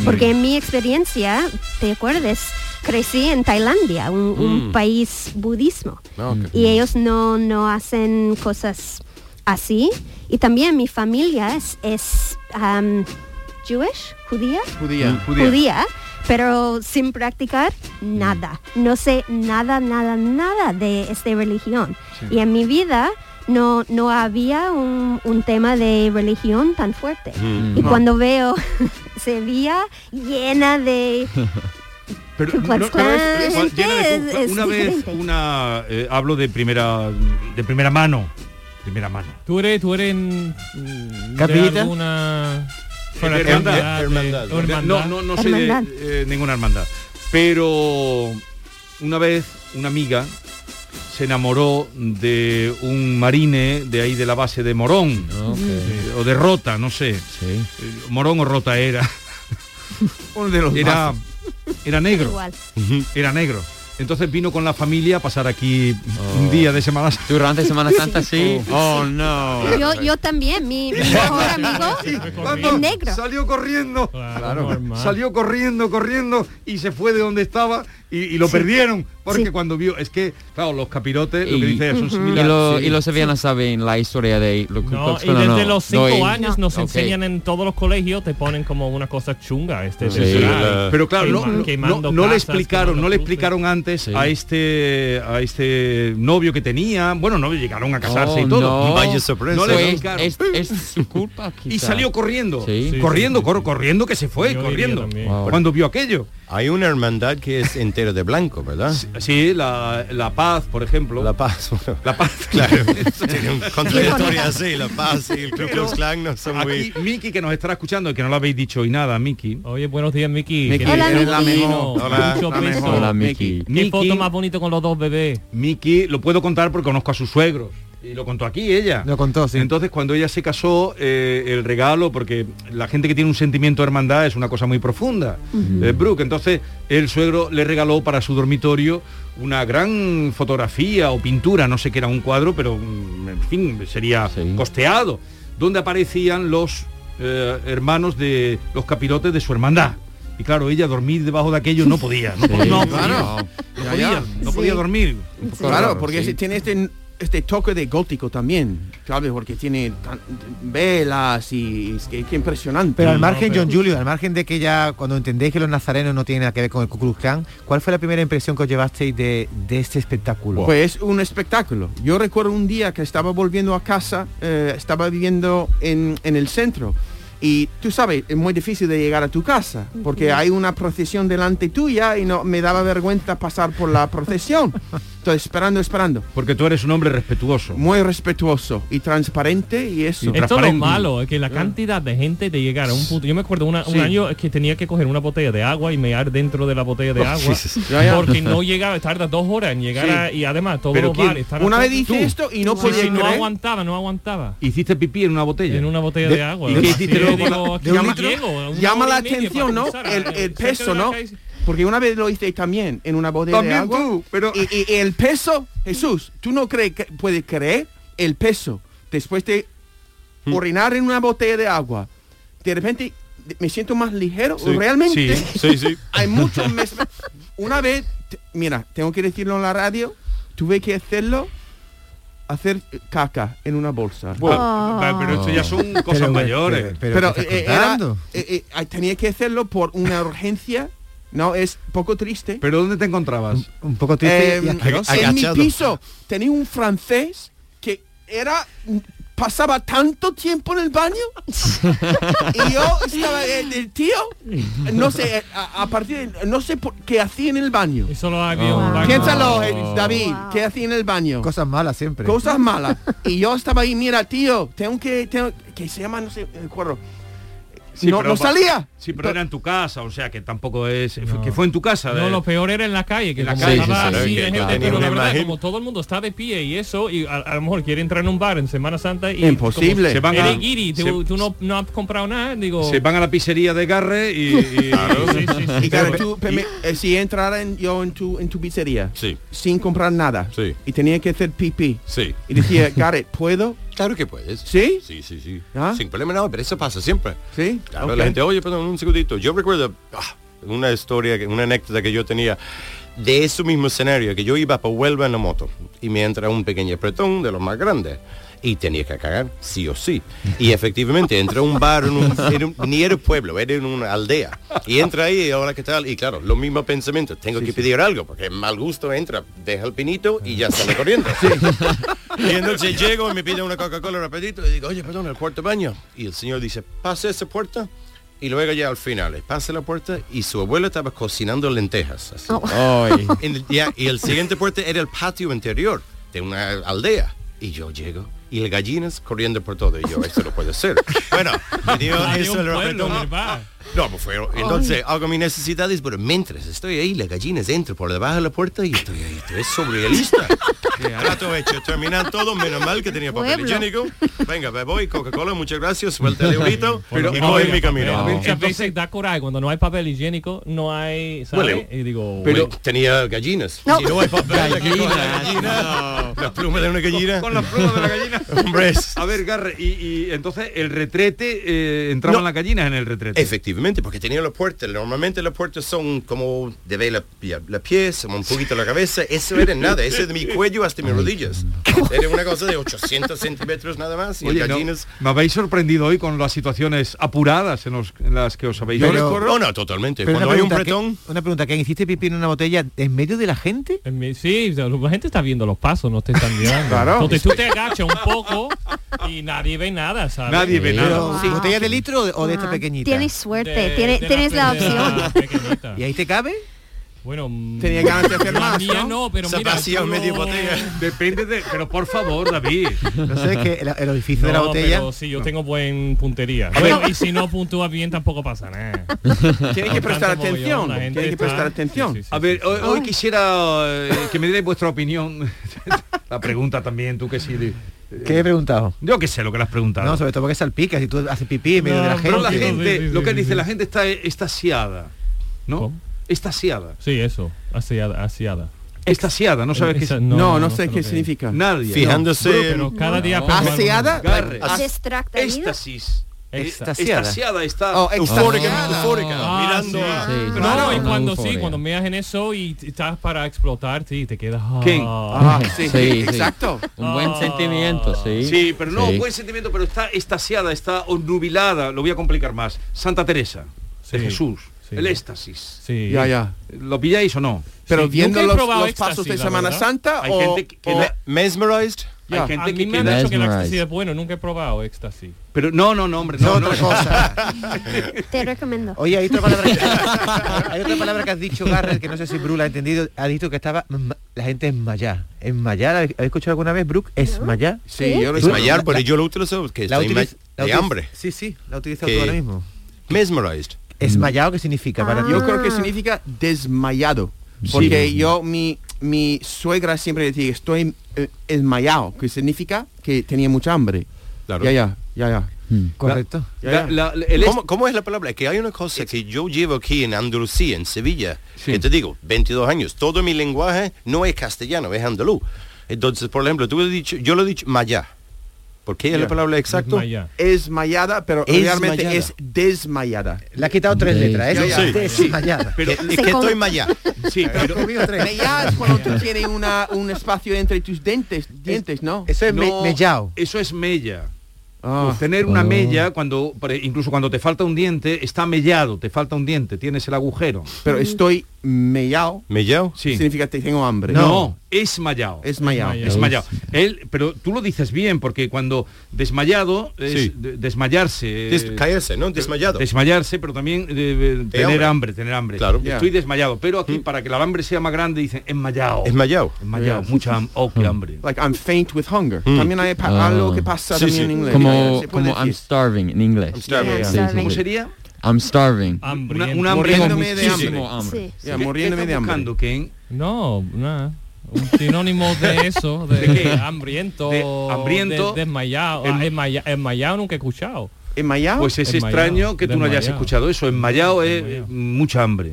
Speaker 10: Porque en mi experiencia, ¿te acuerdas? Crecí en Tailandia, un, un
Speaker 13: Mm.
Speaker 10: país budismo.
Speaker 13: No, qué
Speaker 10: Y ellos no, no hacen cosas así. Y también mi familia es, es, am, Jewish, judía.
Speaker 5: Judía,
Speaker 10: Mm.
Speaker 5: judía.
Speaker 10: pero sin practicar
Speaker 6: Mm.
Speaker 10: nada. No sé nada, nada, nada de esta religión.
Speaker 13: Sí.
Speaker 10: Y en mi vida no, no había un, un tema de religión tan fuerte.
Speaker 6: Mm.
Speaker 10: y
Speaker 6: No.
Speaker 10: cuando veo *laughs* Sevilla llena de...
Speaker 6: Pero
Speaker 10: Ku Klux
Speaker 6: es-
Speaker 10: Klan,
Speaker 6: cual- llena de
Speaker 10: es-
Speaker 6: Ku Klux-
Speaker 10: es
Speaker 6: una vez
Speaker 10: diferente.
Speaker 6: una eh, hablo de primera de primera mano, primera mano.
Speaker 7: Tú eres, tú eres en,
Speaker 6: ¿Capillita?
Speaker 7: de alguna
Speaker 6: Hermandad.
Speaker 7: fraternidad, de-
Speaker 6: Hermandad.
Speaker 7: o hermandad.
Speaker 6: No, no, no soy de eh, ninguna hermandad. Pero una vez una amiga se enamoró de un marine de ahí de la base de Morón.
Speaker 9: ok.
Speaker 6: eh, o de Rota, no sé. Eh, Morón o Rota era. era, era *laughs* negro.
Speaker 10: Igual.
Speaker 6: Era negro. Entonces vino con la familia a pasar aquí un día de Semana Santa.
Speaker 9: Oh. Durante Semana
Speaker 6: *laughs*
Speaker 9: Santa, sí.
Speaker 6: Oh, no.
Speaker 10: Yo, yo también, mi, mi mejor amigo es negro.
Speaker 6: Salió corriendo.
Speaker 10: Claro. normal.
Speaker 6: Salió corriendo, corriendo y se fue de donde estaba y, y lo
Speaker 9: Sí.
Speaker 6: perdieron. Porque cuando vio, es que, claro, los capirotes, lo que dice son
Speaker 9: y
Speaker 6: similares.
Speaker 9: lo-
Speaker 6: Sí.
Speaker 9: y los sevillanos saben la historia de los Ku
Speaker 7: No,
Speaker 9: Klux
Speaker 7: y
Speaker 9: Klan,
Speaker 7: desde
Speaker 9: ¿o no?
Speaker 7: los cinco
Speaker 9: No, y-
Speaker 7: años nos
Speaker 9: Ok.
Speaker 7: enseñan en todos los colegios, te ponen como una cosa chunga. Este,
Speaker 6: Sí,
Speaker 7: de-
Speaker 6: la- pero claro, no,
Speaker 7: queima-
Speaker 6: no-
Speaker 7: quemando
Speaker 6: no- no le
Speaker 7: casas,
Speaker 6: explicaron, no le explicaron antes a este a este novio que tenía. Bueno, no llegaron a casarse
Speaker 9: No,
Speaker 6: y todo.
Speaker 9: Oh, no. Vaya sorpresa.
Speaker 6: No le
Speaker 9: Pues,
Speaker 6: explicaron.
Speaker 9: es- su culpa.
Speaker 6: y
Speaker 8: quizá.
Speaker 6: salió corriendo,
Speaker 8: Sí. Sí,
Speaker 6: corriendo, cor- corriendo que se fue,
Speaker 8: Yo diría
Speaker 6: corriendo.
Speaker 8: también.
Speaker 6: Wow. Cuando vio aquello.
Speaker 8: Hay una hermandad que es entera de blanco, ¿verdad?
Speaker 6: Sí, la, la paz, por ejemplo.
Speaker 8: La paz, bueno.
Speaker 6: La paz,
Speaker 8: *laughs* claro.
Speaker 6: *laughs*
Speaker 8: Tiene un contradictoria así, la paz y el Ku
Speaker 6: Pero
Speaker 8: Klux Klan no son muy...
Speaker 6: Aquí, Miki, que nos estará escuchando y que no lo habéis dicho hoy nada, Miki.
Speaker 7: Oye, buenos días, Miki.
Speaker 6: Miki,
Speaker 7: ¿Qué tal,
Speaker 6: eres la
Speaker 7: Miki?
Speaker 6: mejor.
Speaker 7: Hola,
Speaker 6: Mucho
Speaker 7: la
Speaker 6: beso.
Speaker 7: mejor. Hola,
Speaker 9: Miki.
Speaker 7: Qué foto más bonita con los dos bebés.
Speaker 6: Miki, lo puedo contar porque conozco a sus suegros. Y lo contó aquí ella. Lo contó, sí. Entonces, cuando ella se casó, eh, el regalo, porque la gente que tiene un sentimiento de hermandad es una cosa muy profunda,
Speaker 12: Ujú.
Speaker 6: eh, Brooke. Entonces, el suegro le regaló para su dormitorio una gran fotografía o pintura, no sé qué era un cuadro, pero mm, en fin, sería costeado, donde aparecían los eh, hermanos de los capirotes de su hermandad. Y claro, ella dormir debajo de aquello no podía, no,
Speaker 5: *laughs* Sí.
Speaker 6: podía, no
Speaker 5: Claro.
Speaker 6: podía, no
Speaker 5: Ya,
Speaker 6: podía,
Speaker 5: ya.
Speaker 6: no podía
Speaker 5: Sí.
Speaker 6: dormir.
Speaker 5: Claro, porque ese- tiene este, este toque de gótico también, ¿sabes? Porque tiene tan- velas y es que, que impresionante.
Speaker 11: Pero al margen, John Julio, al margen de que ya cuando entendéis que los nazarenos no tienen nada que ver con el Ku Klux Klan, ¿cuál fue la primera impresión que os llevasteis de, de este espectáculo?
Speaker 5: Pues es un espectáculo. Yo recuerdo un día que estaba volviendo a casa, eh, estaba viviendo en, en el centro. Y tú sabes, es muy difícil de llegar a tu casa, porque
Speaker 13: Ujú.
Speaker 5: hay una procesión delante tuya y no me daba vergüenza pasar por la procesión. Entonces, esperando, esperando.
Speaker 6: Porque tú eres un hombre respetuoso.
Speaker 5: Muy respetuoso y transparente y eso.
Speaker 7: Esto es lo malo, es que la cantidad de gente de llegar a un punto. Yo me acuerdo una-
Speaker 5: Sí.
Speaker 7: un año es que tenía que coger una botella de agua y mear dentro de la botella de
Speaker 5: Oh,
Speaker 7: agua.
Speaker 5: Jesus. Ya, ya.
Speaker 7: Porque no llegaba, tarda dos horas en llegar
Speaker 5: Sí.
Speaker 7: a- y además todos
Speaker 5: Pero
Speaker 7: los
Speaker 5: ¿quién?
Speaker 7: bares. están
Speaker 5: Una
Speaker 7: a
Speaker 5: vez
Speaker 7: tope.
Speaker 5: hice esto y no
Speaker 7: Sí,
Speaker 5: podía
Speaker 7: sí, no
Speaker 5: creer.
Speaker 7: aguantaba, no aguantaba.
Speaker 6: Hiciste pipí en una botella.
Speaker 7: En una botella de, agua.
Speaker 5: ¿Y qué hiciste
Speaker 7: Sí,
Speaker 5: luego
Speaker 7: digo,
Speaker 5: con la-
Speaker 7: aquí
Speaker 5: llama,
Speaker 7: llego, una
Speaker 5: llama la
Speaker 7: hora y media
Speaker 5: atención,
Speaker 7: para
Speaker 5: ¿no?
Speaker 7: cruzar,
Speaker 5: El,
Speaker 7: eh,
Speaker 5: el
Speaker 7: cerca de
Speaker 5: peso,
Speaker 7: la
Speaker 5: ¿no?
Speaker 7: calle.
Speaker 5: Porque una vez lo hice también en una botella de
Speaker 6: También
Speaker 5: agua.
Speaker 6: tú, pero-
Speaker 5: y, y- y el peso, Jesús, tú no crees que puedes creer el peso después de orinar en una botella de agua. De repente de- me siento más ligero,
Speaker 13: Sí,
Speaker 5: realmente.
Speaker 13: sí,
Speaker 6: *laughs*
Speaker 13: sí, sí.
Speaker 5: Hay
Speaker 13: *laughs*
Speaker 5: muchos meses. Una vez, te- mira, tengo que decirlo en la radio, tuve que hacerlo hacer caca en una bolsa.
Speaker 6: Bueno, Oh. va, pero esto ya son cosas
Speaker 5: Pero,
Speaker 6: mayores.
Speaker 5: Pero,
Speaker 6: pero, ¿qué
Speaker 5: eh,
Speaker 6: estás
Speaker 5: era-
Speaker 6: contando?
Speaker 5: eh, eh, ah, tenía que hacerlo por una urgencia. No, es poco triste.
Speaker 6: ¿Pero dónde te encontrabas?
Speaker 11: Un poco
Speaker 5: Eh, en mi piso tenía un francés que era mm, pasaba tanto tiempo en el baño
Speaker 11: *laughs*
Speaker 5: y yo estaba el, el tío no sé eh, a, a partir de, no sé por, qué hacía en el baño
Speaker 7: solo había un baño.
Speaker 5: piénsalo eh, David qué hacía en el baño
Speaker 11: Ah. Cosas malas siempre. *laughs*
Speaker 5: Cosas malas. Y yo estaba ahí, mira, tío, tengo que, tengo que se llama, no sé, el cuerno. no,
Speaker 6: pero
Speaker 5: no
Speaker 6: va-
Speaker 5: salía.
Speaker 6: Sí, pero era en tu casa, o sea que tampoco es. fue- Que fue en tu casa.
Speaker 7: No,
Speaker 6: de-
Speaker 7: lo peor era en la calle, que
Speaker 6: En la
Speaker 7: como
Speaker 6: calle,
Speaker 7: estaba
Speaker 6: sí, sí,
Speaker 7: así
Speaker 6: sí,
Speaker 7: de gente,
Speaker 6: claro.
Speaker 7: pero
Speaker 6: Tenía
Speaker 7: la
Speaker 6: una
Speaker 7: verdad,
Speaker 6: imagen.
Speaker 7: como todo el mundo está de pie y eso, y a, a lo mejor quiere entrar en un bar en Semana Santa y
Speaker 6: Imposible.
Speaker 7: como
Speaker 6: Se van a-
Speaker 7: eres guiri, tú,
Speaker 6: se-
Speaker 7: tú no, no has comprado nada, digo.
Speaker 6: Se van a la pizzería de Garre
Speaker 8: *laughs*
Speaker 6: y. y-
Speaker 5: Y claro, tú, Pepe, eh, si entrara en- yo en tu, en tu pizzería sin comprar nada y tenía que hacer pipí
Speaker 8: Sí.
Speaker 5: y decía, Gareth, ¿puedo?
Speaker 8: Claro que puedes.
Speaker 5: ¿Sí?
Speaker 8: Sí, sí, sí.
Speaker 5: ¿Ah?
Speaker 8: Sin problema, no, pero eso pasa siempre.
Speaker 5: Sí.
Speaker 8: Claro,
Speaker 5: Ok.
Speaker 8: la gente, oye, perdón, un segundito. Yo recuerdo ah, una historia, que- una anécdota que yo tenía de ese mismo escenario, que yo iba para Huelva en la moto y me entra un pequeño apretón de los más grandes. Y tenía que cagar, sí o sí. Y efectivamente, entra un bar, en un, en un- ni era pueblo, era en una aldea. Y entra ahí, ahora qué tal. Y claro, los mismos pensamientos. Tengo que pedir algo, porque mal gusto entra, deja el pinito y ya sale corriendo. Y entonces llego y me pide una Coca-Cola rapidito y digo, oye, perdón, el cuarto baño. Y el señor dice, pase esa puerta. Y luego ya al final, pase la puerta y su abuela estaba cocinando lentejas. así.
Speaker 9: Oh. Ay.
Speaker 8: En el- ya, y el siguiente puerta era el patio interior de una aldea. Y yo llego y las gallinas corriendo por todo. Y yo, esto no puede ser. bueno, me dio
Speaker 7: Había
Speaker 8: eso
Speaker 7: un
Speaker 8: el
Speaker 7: pueblo,
Speaker 8: repentón.
Speaker 7: ¿verdad?
Speaker 8: No, pues fue, entonces hago mis necesidades, pero mientras estoy ahí, las gallinas entran por debajo de la puerta y estoy ahí, esto es surrealista. Trato hecho, terminan todo, menos mal que tenía papel
Speaker 6: Pueblo.
Speaker 8: higiénico. Venga, me voy, Coca-Cola, muchas gracias, suelta
Speaker 7: *laughs*
Speaker 8: el eurito
Speaker 7: Pero
Speaker 8: y voy en mi camino.
Speaker 7: Muchas veces da coraje cuando no hay papel higiénico, no hay, ¿sabes?
Speaker 8: Huele.
Speaker 7: y digo,
Speaker 8: Pero tenía gallinas.
Speaker 7: No.
Speaker 8: Si no *laughs* hay papel, hay que coger la
Speaker 6: Gallinas,
Speaker 8: gallina. Las plumas de una gallina.
Speaker 6: Con las plumas de la gallina.
Speaker 8: *laughs* Hombre, es-
Speaker 6: A ver, Garre, y, y entonces el retrete, eh, entraban
Speaker 8: No.
Speaker 6: las gallinas en el retrete.
Speaker 8: Efectivamente, porque tenía las puertas. Normalmente las puertas son como de ver la, la, la pies, un poquito la cabeza. Eso
Speaker 6: *laughs*
Speaker 8: era nada, eso es de mi cuello hasta mis rodillas. Era una cosa de 800 centímetros nada más y
Speaker 6: Oye, no,
Speaker 8: gallinas.
Speaker 6: me habéis sorprendido hoy con las situaciones apuradas en, los- en las que os habéis...
Speaker 8: Yo Pero- recuerdo- No, no, totalmente.
Speaker 11: Pero una pregunta,
Speaker 7: Eh,
Speaker 11: ¿qué- una pregunta, ¿que hiciste pipí en una botella en medio de la gente?
Speaker 7: En mi- sí, o sea, la gente está viendo los pasos, no te están mirando.
Speaker 11: Claro.
Speaker 7: Entonces tú te agachas un poco y nadie ve nada, ¿sabes? Eh,
Speaker 11: Nadie ve Sí. nada. Pero,
Speaker 7: Sí.
Speaker 11: ¿botella de litro o de- o de esta
Speaker 10: Ah,
Speaker 11: pequeñita?
Speaker 10: Tienes suerte,
Speaker 7: De-
Speaker 10: tiene-
Speaker 7: de la
Speaker 10: tienes la
Speaker 7: de la
Speaker 10: opción.
Speaker 7: pequeñita.
Speaker 11: ¿Y ahí te cabe?
Speaker 7: Bueno,
Speaker 11: Tenía ganas de hacer
Speaker 7: la
Speaker 11: más,
Speaker 7: mía
Speaker 11: ¿no?
Speaker 7: no, pero
Speaker 11: Se
Speaker 7: mira,
Speaker 11: vacía
Speaker 7: yo
Speaker 11: medio
Speaker 7: lo-
Speaker 11: botella.
Speaker 6: Depende de... Pero por favor, David.
Speaker 11: No sé, es que el, el orificio de la
Speaker 7: No,
Speaker 11: botella...
Speaker 7: Pero sí, yo tengo buen puntería. Bueno, y si no puntúas bien tampoco pasa nada.
Speaker 5: Tienes que prestar atención. Tienes que prestar atención.
Speaker 6: A ver, hoy,
Speaker 11: Ah.
Speaker 6: hoy quisiera eh, que me dierais vuestra opinión. *laughs* la pregunta también, tú que sí. de-
Speaker 11: ¿Qué he preguntado?
Speaker 6: Yo que sé lo que le has preguntado.
Speaker 11: No, sobre todo porque salpicas y tú haces pipí en medio de la gente.
Speaker 6: Pero la gente, lo que dice, la gente está estasiada. ¿No? Estasiada.
Speaker 7: Sí, eso, asiada. asiada.
Speaker 6: Estasiada, no sabes qué
Speaker 7: Esa-
Speaker 6: es.
Speaker 7: no, No, no no sé sé lo qué que es.
Speaker 5: significa.
Speaker 6: Nadie.
Speaker 7: Fijándose Pero- pero en- cada día aprendo algo
Speaker 11: ¿Aseada?
Speaker 7: nuevo.
Speaker 6: Garre.
Speaker 11: As-
Speaker 10: Distracta.
Speaker 6: Éxtasis.
Speaker 11: Extasiada.
Speaker 6: Estasiada está
Speaker 11: Oh,
Speaker 6: eufórica,
Speaker 11: extasiada.
Speaker 6: eufórica,
Speaker 7: Ah,
Speaker 6: mirando
Speaker 7: sí.
Speaker 6: a-
Speaker 7: Sí,
Speaker 6: Pero
Speaker 7: no,
Speaker 6: no,
Speaker 7: y cuando sí,
Speaker 6: euforia.
Speaker 7: cuando meas en eso y t- estás para explotar, sí, te quedas. ah. *laughs*
Speaker 6: ¿Quién?
Speaker 9: Ah, sí, sí. Un buen
Speaker 6: Ah.
Speaker 9: sentimiento, sí.
Speaker 6: Sí, pero no,
Speaker 9: Sí.
Speaker 6: buen sentimiento, pero está estasiada, está obnubilada, lo voy a complicar más. Santa Teresa, de
Speaker 7: Sí,
Speaker 6: Jesús,
Speaker 7: sí.
Speaker 6: el éxtasis.
Speaker 7: Sí.
Speaker 5: Ya, ya.
Speaker 6: ¿Lo pilláis o no?
Speaker 5: Pero viendo los, los pasos de Semana Santa
Speaker 6: Hay
Speaker 5: o,
Speaker 6: gente que- que
Speaker 5: o-
Speaker 6: la-
Speaker 8: Mesmerized.
Speaker 5: Ya.
Speaker 7: Hay gente Ah, a mí
Speaker 6: que
Speaker 7: me han dicho que el
Speaker 6: Mesmerized.
Speaker 7: éxtasis es bueno, nunca he probado éxtasis.
Speaker 6: Pero no, no, no, hombre, no, no, no.
Speaker 10: Te recomiendo.
Speaker 11: Oye, hay otra
Speaker 6: *laughs*
Speaker 11: palabra, hay otra palabra que has dicho, Garrett, que no sé si Bru la ha entendido. Ha dicho que estaba ma- la gente enmayá. ¿Enmayá? ¿La habéis habéis escuchado alguna vez, Brooke? ¿Esmayá?
Speaker 8: Sí, yo lo Desmayar, pero yo lo utilizo, que
Speaker 11: la
Speaker 8: estoy
Speaker 11: utiliz-
Speaker 8: ma-
Speaker 11: la
Speaker 8: de
Speaker 11: utiliz-
Speaker 8: hambre.
Speaker 11: Sí, sí, la utilizas
Speaker 8: Que-
Speaker 11: tú ahora mismo.
Speaker 8: Mesmerized.
Speaker 11: ¿Esmayado qué significa para ti?
Speaker 5: Ah. Yo creo que significa desmayado. Porque
Speaker 11: Sí. *laughs*
Speaker 5: yo, mi, mi suegra siempre decía, estoy eh, desmayado, que significa que tenía mucha hambre. Ya, ya, ya, ya.
Speaker 11: Correcto.
Speaker 5: Ya, ya.
Speaker 6: La- la- el
Speaker 8: ¿Cómo, cómo es la palabra? Es que hay una cosa que yo llevo aquí en Andalucía, en Sevilla, que te digo, 22 años, todo mi lenguaje no es castellano, es andaluz. Entonces, por ejemplo, tú has dicho, yo lo he dicho maya. ¿Por qué es la
Speaker 5: Ya.
Speaker 8: palabra exacta?
Speaker 5: Esmayada, pero realmente
Speaker 8: Esmayada.
Speaker 5: es desmayada.
Speaker 11: Le ha quitado tres letras, ¿eh?
Speaker 5: Ya, ya.
Speaker 11: Desmayada.
Speaker 6: Pero
Speaker 8: es que estoy maya.
Speaker 6: Sí, pero
Speaker 5: Mellado es cuando tú tienes una, un espacio entre tus dientes, dientes, ¿no?
Speaker 11: Eso es
Speaker 5: No,
Speaker 11: me- mellao.
Speaker 6: eso es mella.
Speaker 5: Ah.
Speaker 6: Pues tener una
Speaker 5: Ah.
Speaker 6: mella cuando pre- incluso cuando te falta un diente está mellado, te falta un diente, tienes el agujero.
Speaker 5: Pero estoy mellado.
Speaker 8: ¿Mellao?
Speaker 6: Sí.
Speaker 5: Significa que tengo hambre.
Speaker 6: No, es mayao.
Speaker 5: Es mayao.
Speaker 6: Es mayao. Él, pero tú lo dices bien porque cuando desmayado es
Speaker 8: Sí.
Speaker 6: de- desmayarse, eh,
Speaker 8: Des- caerse, ¿no? Desmayado.
Speaker 6: desmayarse, pero también eh, eh, tener hambre.
Speaker 8: hambre.
Speaker 6: tener hambre.
Speaker 8: Claro.
Speaker 6: Estoy desmayado, pero aquí para que la hambre sea más grande dicen enmayado.
Speaker 8: Esmayado.
Speaker 6: Enmayado, mucha
Speaker 5: *laughs*
Speaker 6: ham- oh, qué hambre.
Speaker 5: Like I'm faint with hunger.
Speaker 6: Mm.
Speaker 5: También hay pa-
Speaker 9: Ah.
Speaker 5: algo que pasa
Speaker 9: Sí,
Speaker 5: también
Speaker 9: sí.
Speaker 5: en inglés.
Speaker 9: Como,
Speaker 5: Se puede
Speaker 9: como I'm
Speaker 5: decir.
Speaker 9: starving en inglés.
Speaker 5: starving. Yeah, starving.
Speaker 6: ¿Cómo sería?
Speaker 9: I'm starving.
Speaker 6: Una, una hambre
Speaker 9: Muriéndome de hambre.
Speaker 6: Muchísimo
Speaker 9: hambre.
Speaker 6: ¿Qué-
Speaker 9: Sí.
Speaker 5: Ya,
Speaker 6: qué
Speaker 5: muriéndome
Speaker 6: estás
Speaker 5: de hambre.
Speaker 6: buscando, Ken?
Speaker 7: No, nada. Un sinónimo de eso, de,
Speaker 6: ¿De qué?
Speaker 7: hambriento,
Speaker 6: De hambriento.
Speaker 7: de- desmayado.
Speaker 6: Em-
Speaker 7: Ah, enmaya- enmayado nunca he escuchado.
Speaker 5: ¿Enmayado?
Speaker 6: Pues es
Speaker 7: Enmayado,
Speaker 6: extraño que tú no hayas
Speaker 7: desmayado.
Speaker 6: escuchado eso. Enmayado es eh, mucha hambre.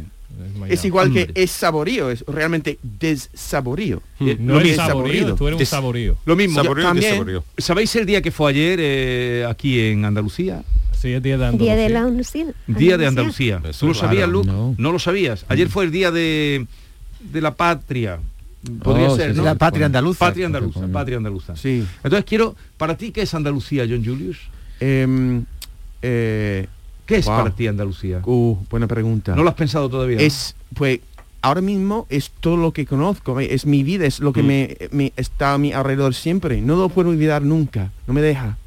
Speaker 5: Es igual que
Speaker 6: Hambre.
Speaker 5: es saborío, es realmente desaborío.
Speaker 6: Eh,
Speaker 7: Mm. No eres saborío, tú eres un
Speaker 6: Des-
Speaker 7: saborío.
Speaker 6: Lo mismo.
Speaker 5: Saborío,
Speaker 6: También,
Speaker 5: desaborío.
Speaker 6: ¿Sabéis el día que fue ayer eh, aquí en Andalucía?
Speaker 7: Sí, es día de
Speaker 10: Día
Speaker 7: Andalucía.
Speaker 10: de la Andalucía.
Speaker 6: Día de Andalucía. ¿Tú lo
Speaker 9: raro.
Speaker 6: sabías, Luke? No.
Speaker 9: No.
Speaker 6: lo sabías. Ayer fue el día de, de la patria. Podría
Speaker 9: Oh,
Speaker 6: ser,
Speaker 9: sí,
Speaker 6: ¿no?
Speaker 9: sí, La patria
Speaker 11: andaluza.
Speaker 6: Patria andaluza, patria andaluza.
Speaker 5: Sí.
Speaker 6: Entonces quiero, ¿para ti qué es Andalucía, John Julius?
Speaker 5: Em, eh,
Speaker 6: ¿Qué es
Speaker 5: wow.
Speaker 6: para ti Andalucía?
Speaker 5: Uh, buena pregunta.
Speaker 6: No lo has pensado todavía. ¿no?
Speaker 5: es pues ahora mismo es todo lo que conozco, eh, es mi vida, es lo
Speaker 6: Mm.
Speaker 5: que me, me está a mi alrededor siempre. No lo puedo olvidar nunca, no me deja.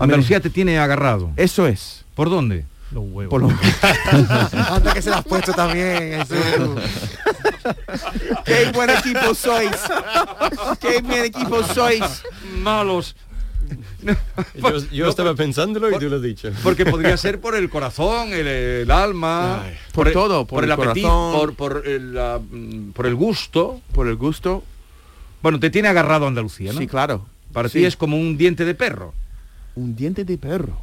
Speaker 6: Andalucía te tiene agarrado.
Speaker 5: Eso es.
Speaker 6: ¿Por dónde?
Speaker 7: Los huevos. *laughs*
Speaker 5: Por lo-
Speaker 11: Anda que se las has puesto también, Jesús.
Speaker 5: *laughs* ¡Qué buen equipo sois! ¡Qué buen equipo sois!
Speaker 6: Malos.
Speaker 8: *laughs* Yo, *laughs* yo estaba pensándolo y tú lo has dicho. *laughs*
Speaker 6: Porque podría ser por el corazón, el, el alma,
Speaker 5: por todo, por el
Speaker 6: apetito,
Speaker 5: corazón.
Speaker 6: por, por el, la, mm, por el gusto.
Speaker 5: Por el gusto.
Speaker 6: Bueno, te tiene agarrado Andalucía, ¿no?
Speaker 5: Sí, claro.
Speaker 6: Para
Speaker 5: Sí.
Speaker 6: ti es como un diente de perro.
Speaker 5: Un diente de perro.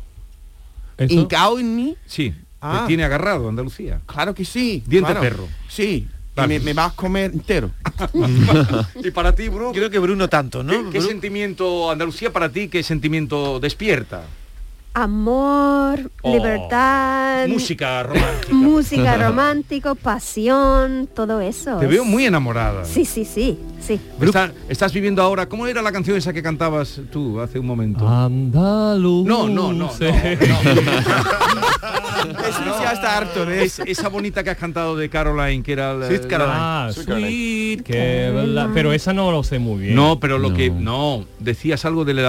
Speaker 7: ¿Eso?
Speaker 5: ¿Hincao en mí?
Speaker 6: Sí,
Speaker 5: Ah.
Speaker 6: te tiene agarrado Andalucía.
Speaker 5: Claro que sí.
Speaker 6: Diente
Speaker 5: claro.
Speaker 6: de perro.
Speaker 5: Sí. y me, me vas a comer
Speaker 6: *laughs*
Speaker 5: entero. *laughs*
Speaker 6: y para ti, Bruno,
Speaker 11: Creo que Bruno tanto, ¿no?
Speaker 6: ¿qué, qué
Speaker 11: Bruno-
Speaker 6: sentimiento Andalucía para ti, qué sentimiento despierta?
Speaker 10: Amor,
Speaker 6: Oh,
Speaker 10: libertad,
Speaker 6: Música romántica. *laughs*
Speaker 10: música romántico, pasión, todo eso.
Speaker 6: Te veo muy enamorada.
Speaker 10: Sí, sí, sí, sí.
Speaker 6: Está- estás viviendo ahora, ¿cómo era la canción esa que cantabas tú hace un momento?
Speaker 7: Andaluz.
Speaker 6: No, *laughs* no, no, no,
Speaker 5: Eso ya está harto de
Speaker 6: Es- esa bonita que has cantado de Caroline, que era la,
Speaker 11: Sweet Caroline.
Speaker 7: Ah,
Speaker 8: Sweet Caroline.
Speaker 7: sweet, que verdad. Pero esa no lo sé muy bien.
Speaker 6: No, pero lo que no decías algo del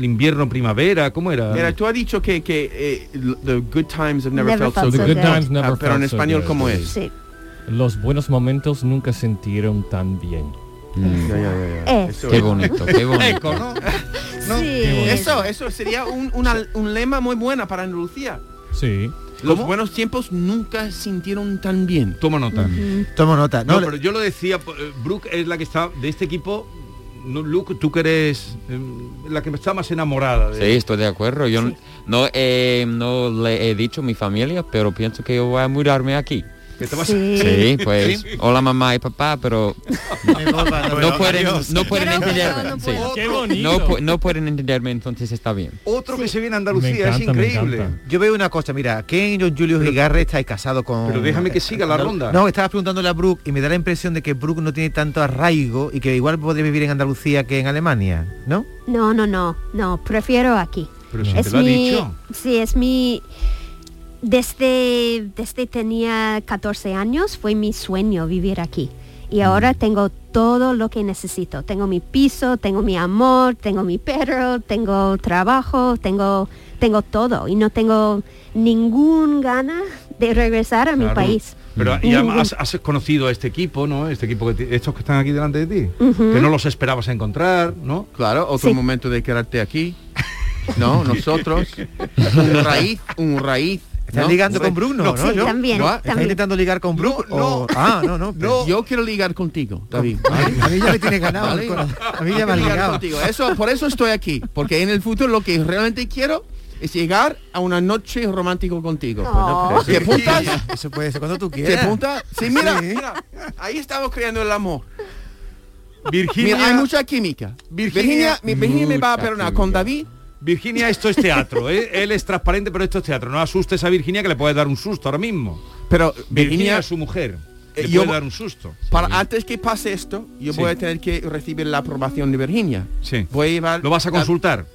Speaker 6: invierno primavera, ¿cómo era?
Speaker 5: Mira, tú has dicho que, que eh, l- the good times have never,
Speaker 10: Never
Speaker 5: felt,
Speaker 10: felt
Speaker 5: so
Speaker 10: so
Speaker 5: good.
Speaker 10: good. The good
Speaker 7: times never
Speaker 5: Ah, pero en
Speaker 7: felt so
Speaker 5: español,
Speaker 7: good.
Speaker 5: ¿cómo es?
Speaker 10: Sí.
Speaker 7: Los buenos momentos nunca sintieron tan bien.
Speaker 5: Ya,
Speaker 9: Mm,
Speaker 5: ya, ya, ya.
Speaker 10: Eh.
Speaker 5: Eso
Speaker 9: qué
Speaker 5: es.
Speaker 6: *laughs*
Speaker 9: bonito,
Speaker 7: *laughs*
Speaker 9: qué bonito.
Speaker 6: Eco, ¿no?
Speaker 10: sí.
Speaker 5: Eso, eso sería un, una- un lema muy buena para Andalucía.
Speaker 7: Sí.
Speaker 5: Los
Speaker 6: ¿Cómo?
Speaker 5: buenos tiempos nunca sintieron tan bien.
Speaker 6: Toma nota.
Speaker 11: Tomo nota.
Speaker 6: No,
Speaker 11: No,
Speaker 6: pero yo lo decía, eh, Brooke es la que está de este equipo. No, Luke, tú que eres eh, la que está más enamorada.
Speaker 9: Sí,
Speaker 6: De,
Speaker 9: estoy de acuerdo. Yo no, eh, no le he dicho a mi familia, pero pienso que yo voy a mudarme aquí.
Speaker 6: que te vas-
Speaker 10: Sí.
Speaker 9: Sí, pues, hola mamá y papá, *laughs* pero
Speaker 11: me voy para-
Speaker 9: no pueden, no pueden
Speaker 10: Pero, pero,
Speaker 9: entenderme.
Speaker 10: no
Speaker 9: Sí.
Speaker 10: puedo.
Speaker 7: Qué
Speaker 9: No,
Speaker 7: bonito.
Speaker 9: pu- no pueden entenderme, entonces está bien.
Speaker 6: Otro que se viene a
Speaker 7: Me
Speaker 6: Andalucía,
Speaker 7: encanta,
Speaker 6: es
Speaker 7: me
Speaker 6: increíble.
Speaker 7: encanta.
Speaker 11: Yo veo una cosa, mira, Ken John Julius Igarre está casado con...
Speaker 6: Pero déjame que siga la
Speaker 11: No,
Speaker 6: ronda.
Speaker 11: No, estaba preguntándole a Brooke y me da la impresión de que Brooke no tiene tanto arraigo y que igual podría vivir en Andalucía que en Alemania, ¿no?
Speaker 10: No, no, no, no, prefiero aquí.
Speaker 6: Pero si te lo ha dicho.
Speaker 10: Sí, es mi... Desde, desde tenía 14 años fue mi sueño vivir aquí. Y
Speaker 6: Mm.
Speaker 10: ahora tengo todo lo que necesito. Tengo mi piso, tengo mi amor, tengo mi perro, tengo trabajo, tengo, tengo todo. Y no tengo ningún gana de regresar a mi
Speaker 6: Claro.
Speaker 10: país.
Speaker 6: Pero y
Speaker 10: Ningún.
Speaker 6: además has, has conocido a este equipo, ¿no? Este equipo, que ti- estos que están aquí delante de ti, que no los esperabas encontrar, ¿no?
Speaker 5: Claro, otro
Speaker 10: Sí.
Speaker 5: momento de quedarte aquí. No, nosotros. un raíz, un raíz.
Speaker 11: Estás
Speaker 5: ¿no?
Speaker 11: ligando
Speaker 5: Un raíz.
Speaker 11: con Bruno, ¿no?
Speaker 10: sí,
Speaker 11: ¿Yo?
Speaker 10: también,
Speaker 5: no,
Speaker 11: ¿Estás
Speaker 10: también.
Speaker 11: intentando ligar con Brooke?
Speaker 6: no.
Speaker 5: Oh.
Speaker 11: o- Ah, no,
Speaker 6: *laughs*
Speaker 11: no. pero-
Speaker 5: Yo quiero ligar contigo, David.
Speaker 11: A mí ya me tiene ganado.
Speaker 5: Vale.
Speaker 11: el corazón. A mí ya me ha
Speaker 5: Quiero llegar
Speaker 11: ligado.
Speaker 5: contigo. Eso, por eso estoy aquí, porque en el futuro lo que realmente quiero es llegar a una noche romántica contigo.
Speaker 10: Oh.
Speaker 5: ¿Te apuntas?
Speaker 11: Eso puede
Speaker 6: *laughs*
Speaker 11: ser cuando tú
Speaker 5: ¿Te
Speaker 11: quieras.
Speaker 5: apuntas? Sí, mira,
Speaker 11: Sí.
Speaker 5: mira, ahí estamos creando el amor.
Speaker 6: Virginia,
Speaker 5: Mira, hay mucha química. Virginia,
Speaker 6: Virginia-
Speaker 5: mi- Virginia me va a
Speaker 9: Mucha
Speaker 5: perdonar
Speaker 9: química.
Speaker 5: con David.
Speaker 6: Virginia, esto es teatro.
Speaker 5: *laughs*
Speaker 6: ¿eh? Él es transparente, pero esto es teatro. No asustes a Virginia que le puedes dar un susto ahora mismo.
Speaker 5: Pero
Speaker 6: Virginia
Speaker 5: Virginia,
Speaker 6: es su mujer.
Speaker 5: Eh,
Speaker 6: Le
Speaker 5: yo-
Speaker 6: puede dar un susto.
Speaker 5: para antes que pase esto, yo
Speaker 6: Sí.
Speaker 5: voy a tener que recibir la aprobación de Virginia.
Speaker 6: Sí.
Speaker 5: Voy a llevar.
Speaker 6: Lo vas a
Speaker 5: Dav-
Speaker 6: consultar.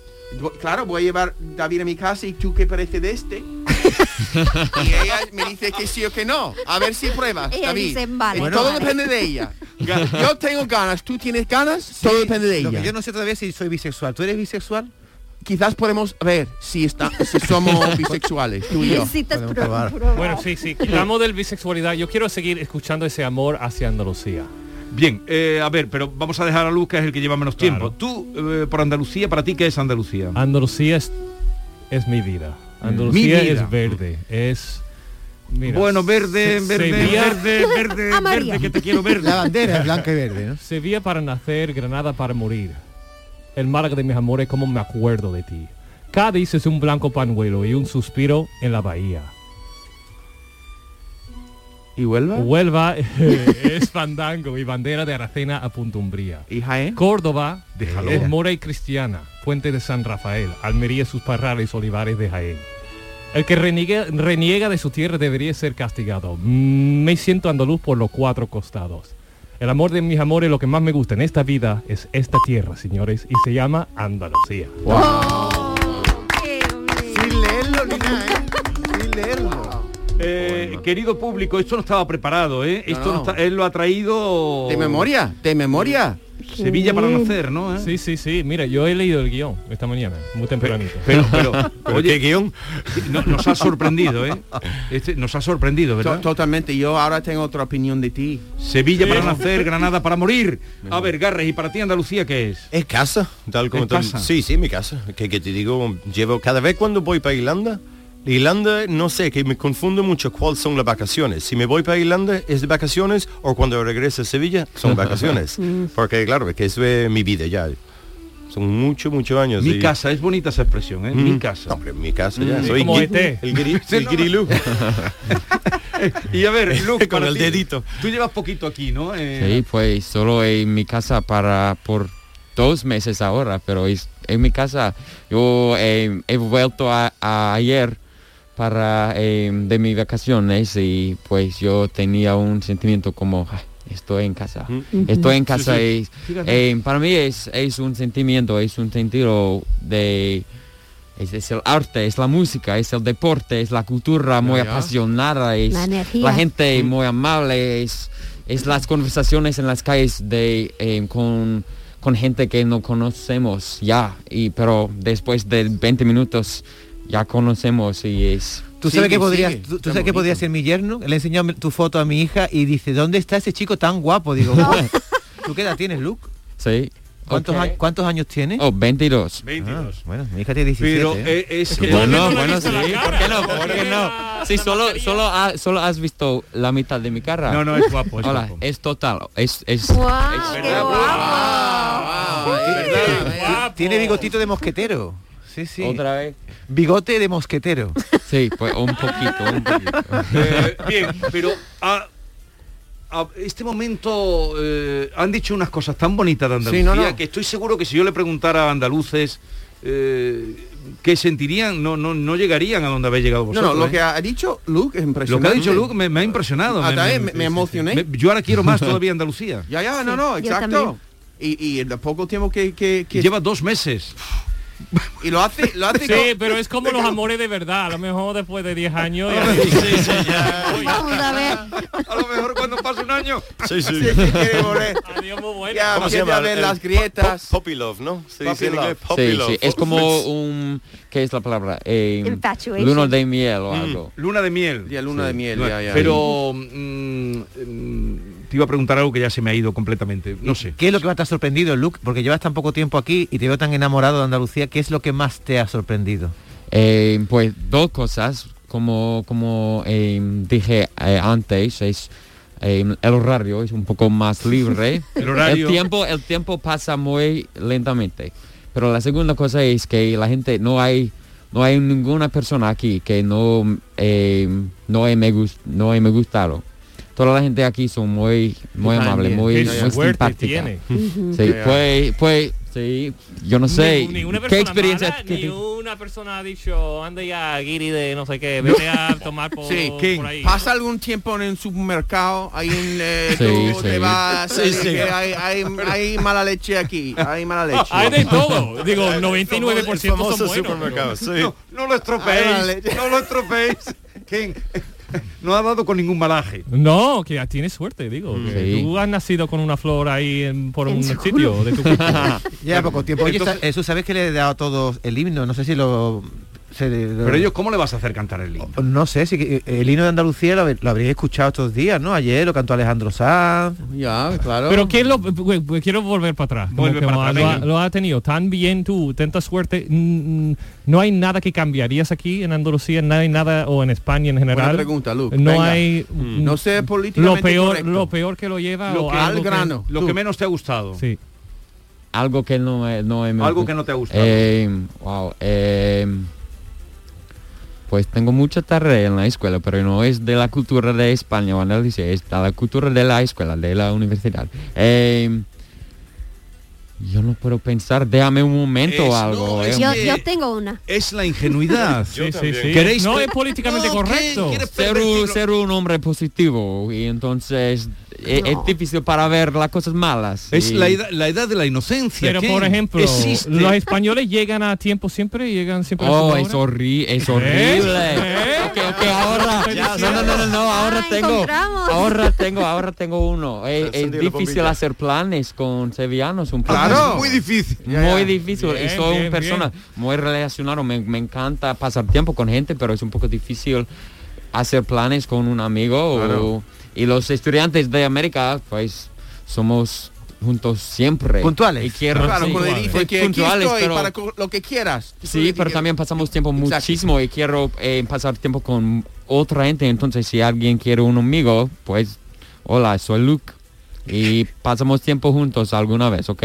Speaker 5: Vo- Claro, voy a llevar David a mi casa y tú qué parece
Speaker 6: *laughs*
Speaker 5: de este. y ella me dice que sí o que no. A ver si pruebas,
Speaker 10: Ella
Speaker 5: David.
Speaker 10: dice, vale,
Speaker 5: Eh,
Speaker 10: vale.
Speaker 5: Todo depende
Speaker 11: *laughs*
Speaker 5: de ella. Yo tengo ganas, tú tienes ganas, todo depende de
Speaker 11: Lo que
Speaker 5: ella.
Speaker 11: yo no sé todavía es si soy bisexual. ¿Tú eres bisexual?
Speaker 5: Quizás podemos ver si está, si
Speaker 11: *laughs*
Speaker 5: somos bisexuales, tú y yo.
Speaker 10: Necesitas
Speaker 11: Podemos
Speaker 10: pro-
Speaker 11: probar.
Speaker 10: probar.
Speaker 7: Bueno, sí, sí. Quitamos del bisexualidad. Yo quiero seguir escuchando ese amor hacia Andalucía.
Speaker 6: Bien, eh, a ver, pero vamos a dejar a Lucas, el que lleva menos tiempo.
Speaker 7: Claro.
Speaker 6: Tú, eh, por Andalucía, ¿para ti qué es Andalucía?
Speaker 7: Andalucía es, es mi vida. Andalucía
Speaker 6: Mi vida.
Speaker 7: es verde. Es. mira,
Speaker 6: bueno, verde,
Speaker 7: Se-
Speaker 6: verde,
Speaker 7: Sevilla,
Speaker 6: verde,
Speaker 10: *laughs*
Speaker 6: verde,
Speaker 10: Amarilla.
Speaker 6: verde, que te quiero
Speaker 7: *laughs*
Speaker 6: verde.
Speaker 11: La bandera es blanca y verde, ¿no?
Speaker 7: Sevilla para nacer, Granada para morir. El Málaga de mis amores, como me acuerdo de ti. Cádiz es un blanco panuelo y un suspiro en la bahía.
Speaker 5: ¿Y Huelva?
Speaker 7: Huelva *laughs* es fandango y bandera de Aracena a Puntumbría.
Speaker 5: ¿Y Jaén?
Speaker 7: Córdoba
Speaker 6: Déjalo.
Speaker 7: es mora y cristiana, puente de San Rafael, Almería sus parrales, olivares de Jaén. El que reniegue- reniega de su tierra debería ser castigado. Mm, Me siento andaluz por los cuatro costados. El amor de mis amores, lo que más me gusta en esta vida es esta tierra, señores, y se llama Andalucía.
Speaker 10: Qué bonito.
Speaker 11: Sin leerlo ni nada, ¿eh? Sin leerlo.
Speaker 6: Eh, Eh, querido público, esto no estaba preparado, ¿eh? Esto no
Speaker 5: no.
Speaker 6: está- él lo ha traído...
Speaker 5: De memoria, de memoria.
Speaker 6: Sevilla para nacer, ¿no? ¿Eh?
Speaker 7: Sí, sí, sí. Mira, yo he leído el guión esta mañana, muy tempranito.
Speaker 6: Pero,
Speaker 7: *laughs*
Speaker 6: *laughs* pero, ¿qué guión? nos ha sorprendido, ¿eh? Este, nos ha sorprendido, ¿verdad?
Speaker 5: totalmente. Yo ahora tengo otra opinión de ti.
Speaker 6: Sevilla para nacer, Granada para morir. A ver, Garres, ¿y para ti Andalucía qué es?
Speaker 8: Es casa, tal como
Speaker 6: Es
Speaker 8: te-
Speaker 6: casa.
Speaker 8: Sí, sí, mi casa. Que, que te digo, llevo cada vez cuando voy para Irlanda, Irlanda, no sé, que me confundo mucho cuáles son las vacaciones. Si me voy para Irlanda es de vacaciones o cuando regreso a Sevilla
Speaker 6: *laughs*
Speaker 8: son vacaciones.
Speaker 6: Mm.
Speaker 8: Porque claro, que eso es eh, mi vida ya. Son muchos, muchos años.
Speaker 6: Mi
Speaker 8: y-
Speaker 6: casa, es bonita esa expresión, ¿eh? Mi
Speaker 8: Mm.
Speaker 6: casa.
Speaker 8: No, hombre, mi casa ya.
Speaker 6: Mm.
Speaker 8: Soy
Speaker 6: Como
Speaker 8: gui-
Speaker 6: ET.
Speaker 8: el,
Speaker 6: *laughs*
Speaker 8: gri-
Speaker 6: Sí,
Speaker 8: el
Speaker 6: no, no.
Speaker 8: grilú.
Speaker 6: Y a *laughs* ver, Luke,
Speaker 8: Con el
Speaker 6: dedito. Tú llevas poquito aquí, ¿no? Eh,
Speaker 9: Sí, pues solo en mi casa para por dos meses ahora, pero es, en mi casa yo eh, he vuelto a, a ayer para eh, de mis vacaciones y pues yo tenía un sentimiento como "Ah, estoy en casa, estoy en
Speaker 12: Mm. Sí,
Speaker 9: casa
Speaker 12: sí.
Speaker 9: y
Speaker 12: Fíjate.
Speaker 9: eh, para mí es, es un sentimiento, es un sentido de es, es el arte, es la música, es el deporte, es la cultura muy
Speaker 12: Ya, ya.
Speaker 9: apasionada, es
Speaker 10: La energía.
Speaker 9: gente muy amable, es, es las conversaciones en las calles de eh, con, con gente que no conocemos ya, y pero después de 20 minutos ya conocemos y es.
Speaker 11: ¿Tú sabes, que podrías, tú- tú, sabes que podría ser mi yerno? Le he enseñado mi- tu foto a mi hija y dice, ¿dónde está ese chico tan guapo? Digo, ¿tú qué edad tienes, Luke?
Speaker 9: Sí.
Speaker 11: ¿Cuántos,
Speaker 9: Ok.
Speaker 11: años, ¿cuántos años tienes?
Speaker 9: Oh, 22.
Speaker 6: 22.
Speaker 11: bueno, mi hija tiene 17.
Speaker 9: Pero,
Speaker 11: ¿eh?
Speaker 9: eh, es que- Bueno, bueno, sí, ¿por qué no? ¿Por qué no? Sí, solo, solo, ha- solo has visto la mitad de mi cara.
Speaker 6: No, no, es guapo, es
Speaker 9: Hola,
Speaker 6: guapo.
Speaker 9: es total. Es, es, es-
Speaker 11: Ah. Tiene bigotito de mosquetero. Sí, sí.
Speaker 9: Otra vez.
Speaker 11: Bigote de mosquetero.
Speaker 9: Sí, pues un poquito, un poquito.
Speaker 6: Eh, bien, pero a, a este momento eh, han dicho unas cosas tan bonitas de Andalucía
Speaker 5: Sí, no, no.
Speaker 6: que estoy seguro que si yo le preguntara a andaluces eh, qué sentirían, no, no, no llegarían a donde habéis llegado
Speaker 5: No,
Speaker 6: vosotros.
Speaker 5: no, lo
Speaker 6: ¿eh?
Speaker 5: que ha dicho Luke es
Speaker 6: Lo
Speaker 5: impresionante.
Speaker 6: que ha dicho Luke me, me ha impresionado.
Speaker 5: Ah, también me- me emocioné.
Speaker 6: me- yo ahora quiero más todavía Andalucía.
Speaker 5: *laughs* Ya, ya, no,
Speaker 6: Sí,
Speaker 5: no,
Speaker 6: yo
Speaker 5: exacto.
Speaker 6: también.
Speaker 5: Y, y el poco tiempo que, que, que-
Speaker 6: Lleva dos meses.
Speaker 5: Y lo hace, lo hace
Speaker 7: Sí,
Speaker 5: con-
Speaker 7: pero es como los amores de verdad. A lo mejor después de 10 años.
Speaker 5: Ah,
Speaker 10: Vamos a ver.
Speaker 6: A lo mejor cuando pase un año.
Speaker 8: Sí, sí.
Speaker 5: Ya,
Speaker 8: ¿Cómo se
Speaker 5: empieza a
Speaker 8: llama?
Speaker 5: ver
Speaker 8: El
Speaker 5: las
Speaker 8: po-
Speaker 5: grietas.
Speaker 8: po- Poppy Love, ¿no? Se
Speaker 5: Puppy
Speaker 8: dice en
Speaker 5: love.
Speaker 8: inglés, Puppy
Speaker 9: Sí,
Speaker 8: Love.
Speaker 9: sí, es como un... ¿Qué es la palabra? Eh,
Speaker 6: Infatuation.
Speaker 9: Luna de miel o
Speaker 6: Mm,
Speaker 9: algo.
Speaker 6: Luna de miel.
Speaker 5: Ya, luna de miel, ya, ya.
Speaker 6: Pero mm, mm, te iba a preguntar algo que ya se me ha ido completamente. No sé.
Speaker 11: ¿Qué es lo que más te ha sorprendido, Luke? Porque llevas tan poco tiempo aquí y te veo tan enamorado de Andalucía. ¿Qué es lo que más te ha sorprendido?
Speaker 9: Eh, pues dos cosas, como, como eh, dije eh, antes, es eh, el horario es un poco
Speaker 7: *laughs*
Speaker 9: más libre.
Speaker 6: El horario.
Speaker 9: tiempo, el tiempo pasa muy lentamente. Pero la segunda cosa es que la gente no hay no hay ninguna persona aquí que no eh, no he me gust- no he me gustado. Toda la gente aquí son muy muy
Speaker 7: También.
Speaker 9: amable, muy,
Speaker 7: Qué
Speaker 9: muy
Speaker 7: suerte
Speaker 9: simpática.
Speaker 7: tiene.
Speaker 9: Sí,
Speaker 7: Ya, ya.
Speaker 9: pues pues sí, yo no sé
Speaker 7: Ni- ni una
Speaker 9: qué
Speaker 7: persona
Speaker 9: experiencia
Speaker 7: mala,
Speaker 9: que
Speaker 7: ni
Speaker 9: te-
Speaker 7: una persona ha dicho, anda ya Ah, guiri de no sé qué, vete a tomar por,
Speaker 5: Sí, Ah,
Speaker 7: por
Speaker 5: ¿quién?
Speaker 7: ahí.
Speaker 5: pasa algún tiempo en el supermercado, ahí en eh,
Speaker 9: Sí,
Speaker 5: tú
Speaker 9: sí.
Speaker 5: te vas,
Speaker 9: Sí, sí.
Speaker 5: eh, Hay, hay- hay mala leche aquí, hay mala leche.
Speaker 6: *laughs*
Speaker 7: Ah, Hay de todo. Digo, 99%
Speaker 5: El famoso
Speaker 7: son buenos.
Speaker 5: supermercado,
Speaker 7: pero-
Speaker 5: sí.
Speaker 6: No, no lo
Speaker 5: Ah,
Speaker 6: estropeéis,
Speaker 5: vale.
Speaker 6: no lo estropeéis.
Speaker 5: *laughs*
Speaker 6: Ken, no ha dado con ningún malaje.
Speaker 7: No, que tienes suerte, digo. que
Speaker 6: Sí.
Speaker 7: Tú has nacido con una flor ahí en- por
Speaker 6: En
Speaker 7: un
Speaker 6: su
Speaker 7: sitio
Speaker 6: culo.
Speaker 7: de tu
Speaker 5: *laughs*
Speaker 7: cuerpo.
Speaker 11: Ya poco tiempo. Oye,
Speaker 6: Entonces-
Speaker 11: sa- Jesús, ¿sabes que le he dado a todos el himno? No sé si lo... se- lo-
Speaker 6: Pero ellos, ¿cómo le vas a hacer cantar el himno?
Speaker 11: No sé, si que- eh, el himno de Andalucía lo, habe- lo habréis escuchado estos días, ¿no? Ayer lo cantó Alejandro Sanz.
Speaker 5: Ya, claro.
Speaker 7: Pero que lo, pues, pues, quiero volver para atrás. como
Speaker 11: Vuelve
Speaker 7: que
Speaker 11: para
Speaker 7: lo,
Speaker 11: atrás,
Speaker 7: lo ha-
Speaker 11: venga.
Speaker 7: lo ha tenido tan bien tú, tanta suerte. mm, mm, No hay nada que cambiarías aquí en Andalucía, no hay nada o en España en
Speaker 5: Buena
Speaker 7: general.
Speaker 5: pregunta, Luke.
Speaker 7: No
Speaker 5: Venga.
Speaker 7: hay. mm,
Speaker 5: No sé
Speaker 7: Lo
Speaker 5: políticamente
Speaker 7: peor,
Speaker 5: correcto.
Speaker 7: lo peor que lo lleva
Speaker 5: Lo
Speaker 7: o
Speaker 5: que-
Speaker 7: algo
Speaker 5: al
Speaker 7: que-
Speaker 5: grano.
Speaker 6: Lo que menos te ha gustado.
Speaker 7: Sí.
Speaker 9: Algo que no, he- no he- me
Speaker 6: Algo que no te ha gustado.
Speaker 9: Eh, wow. eh, pues tengo mucha tarea en la escuela, pero no es de la cultura de España o Andalucía, es de la cultura de la escuela, de la universidad. Eh, yo no puedo pensar, déjame un momento
Speaker 6: Es-
Speaker 9: o algo.
Speaker 6: no,
Speaker 9: eh.
Speaker 6: es
Speaker 10: Yo, yo tengo una.
Speaker 6: Es la ingenuidad.
Speaker 9: Yo *laughs* Sí, sí, también. sí.
Speaker 6: ¿Queréis
Speaker 9: No
Speaker 6: que-
Speaker 9: es
Speaker 7: políticamente
Speaker 6: No, ¿qué?
Speaker 7: correcto.
Speaker 6: ¿Quieres
Speaker 9: ser, un, ser un hombre positivo y entonces e- es, difícil para ver las cosas malas.
Speaker 6: Es
Speaker 9: y-
Speaker 6: la edad, la edad de la inocencia.
Speaker 7: Pero
Speaker 6: Ken.
Speaker 7: por ejemplo,
Speaker 6: Existe.
Speaker 7: los españoles llegan a tiempo siempre, llegan siempre. a su
Speaker 9: Oh,
Speaker 7: hora.
Speaker 9: es, horri- es horrible.
Speaker 7: ¿Eh?
Speaker 9: Ok, que, que ahora.
Speaker 12: Ya,
Speaker 9: No, no, no, no, no, ahora
Speaker 12: Ah,
Speaker 9: tengo.
Speaker 12: encontramos.
Speaker 9: Ahora tengo, ahora tengo
Speaker 12: *laughs*
Speaker 9: uno. Eh, Es, es
Speaker 12: Encendido la
Speaker 9: difícil
Speaker 12: bombilla.
Speaker 9: hacer planes con sevillanos. Un plan.
Speaker 12: Claro. Es muy
Speaker 6: difícil.
Speaker 9: muy difícil.
Speaker 12: Bien,
Speaker 9: y soy
Speaker 12: bien,
Speaker 9: una persona muy relacionada. Me, me encanta pasar tiempo con gente, pero es un poco difícil hacer planes con un amigo. o-
Speaker 11: Claro.
Speaker 9: y los estudiantes de América, pues, somos juntos siempre.
Speaker 5: Puntuales.
Speaker 9: Y quiero-
Speaker 5: Claro,
Speaker 9: sí,
Speaker 5: cuando le dices
Speaker 9: soy
Speaker 5: que aquí
Speaker 9: puntuales,
Speaker 5: estoy
Speaker 9: pero-
Speaker 5: para co- lo que quieras.
Speaker 9: Sí, pero también pasamos tiempo muchísimo y quiero eh, pasar tiempo con otra gente. Entonces, si alguien quiere un amigo, pues, hola, soy Luke. Y pasamos tiempo juntos alguna vez, ¿ok?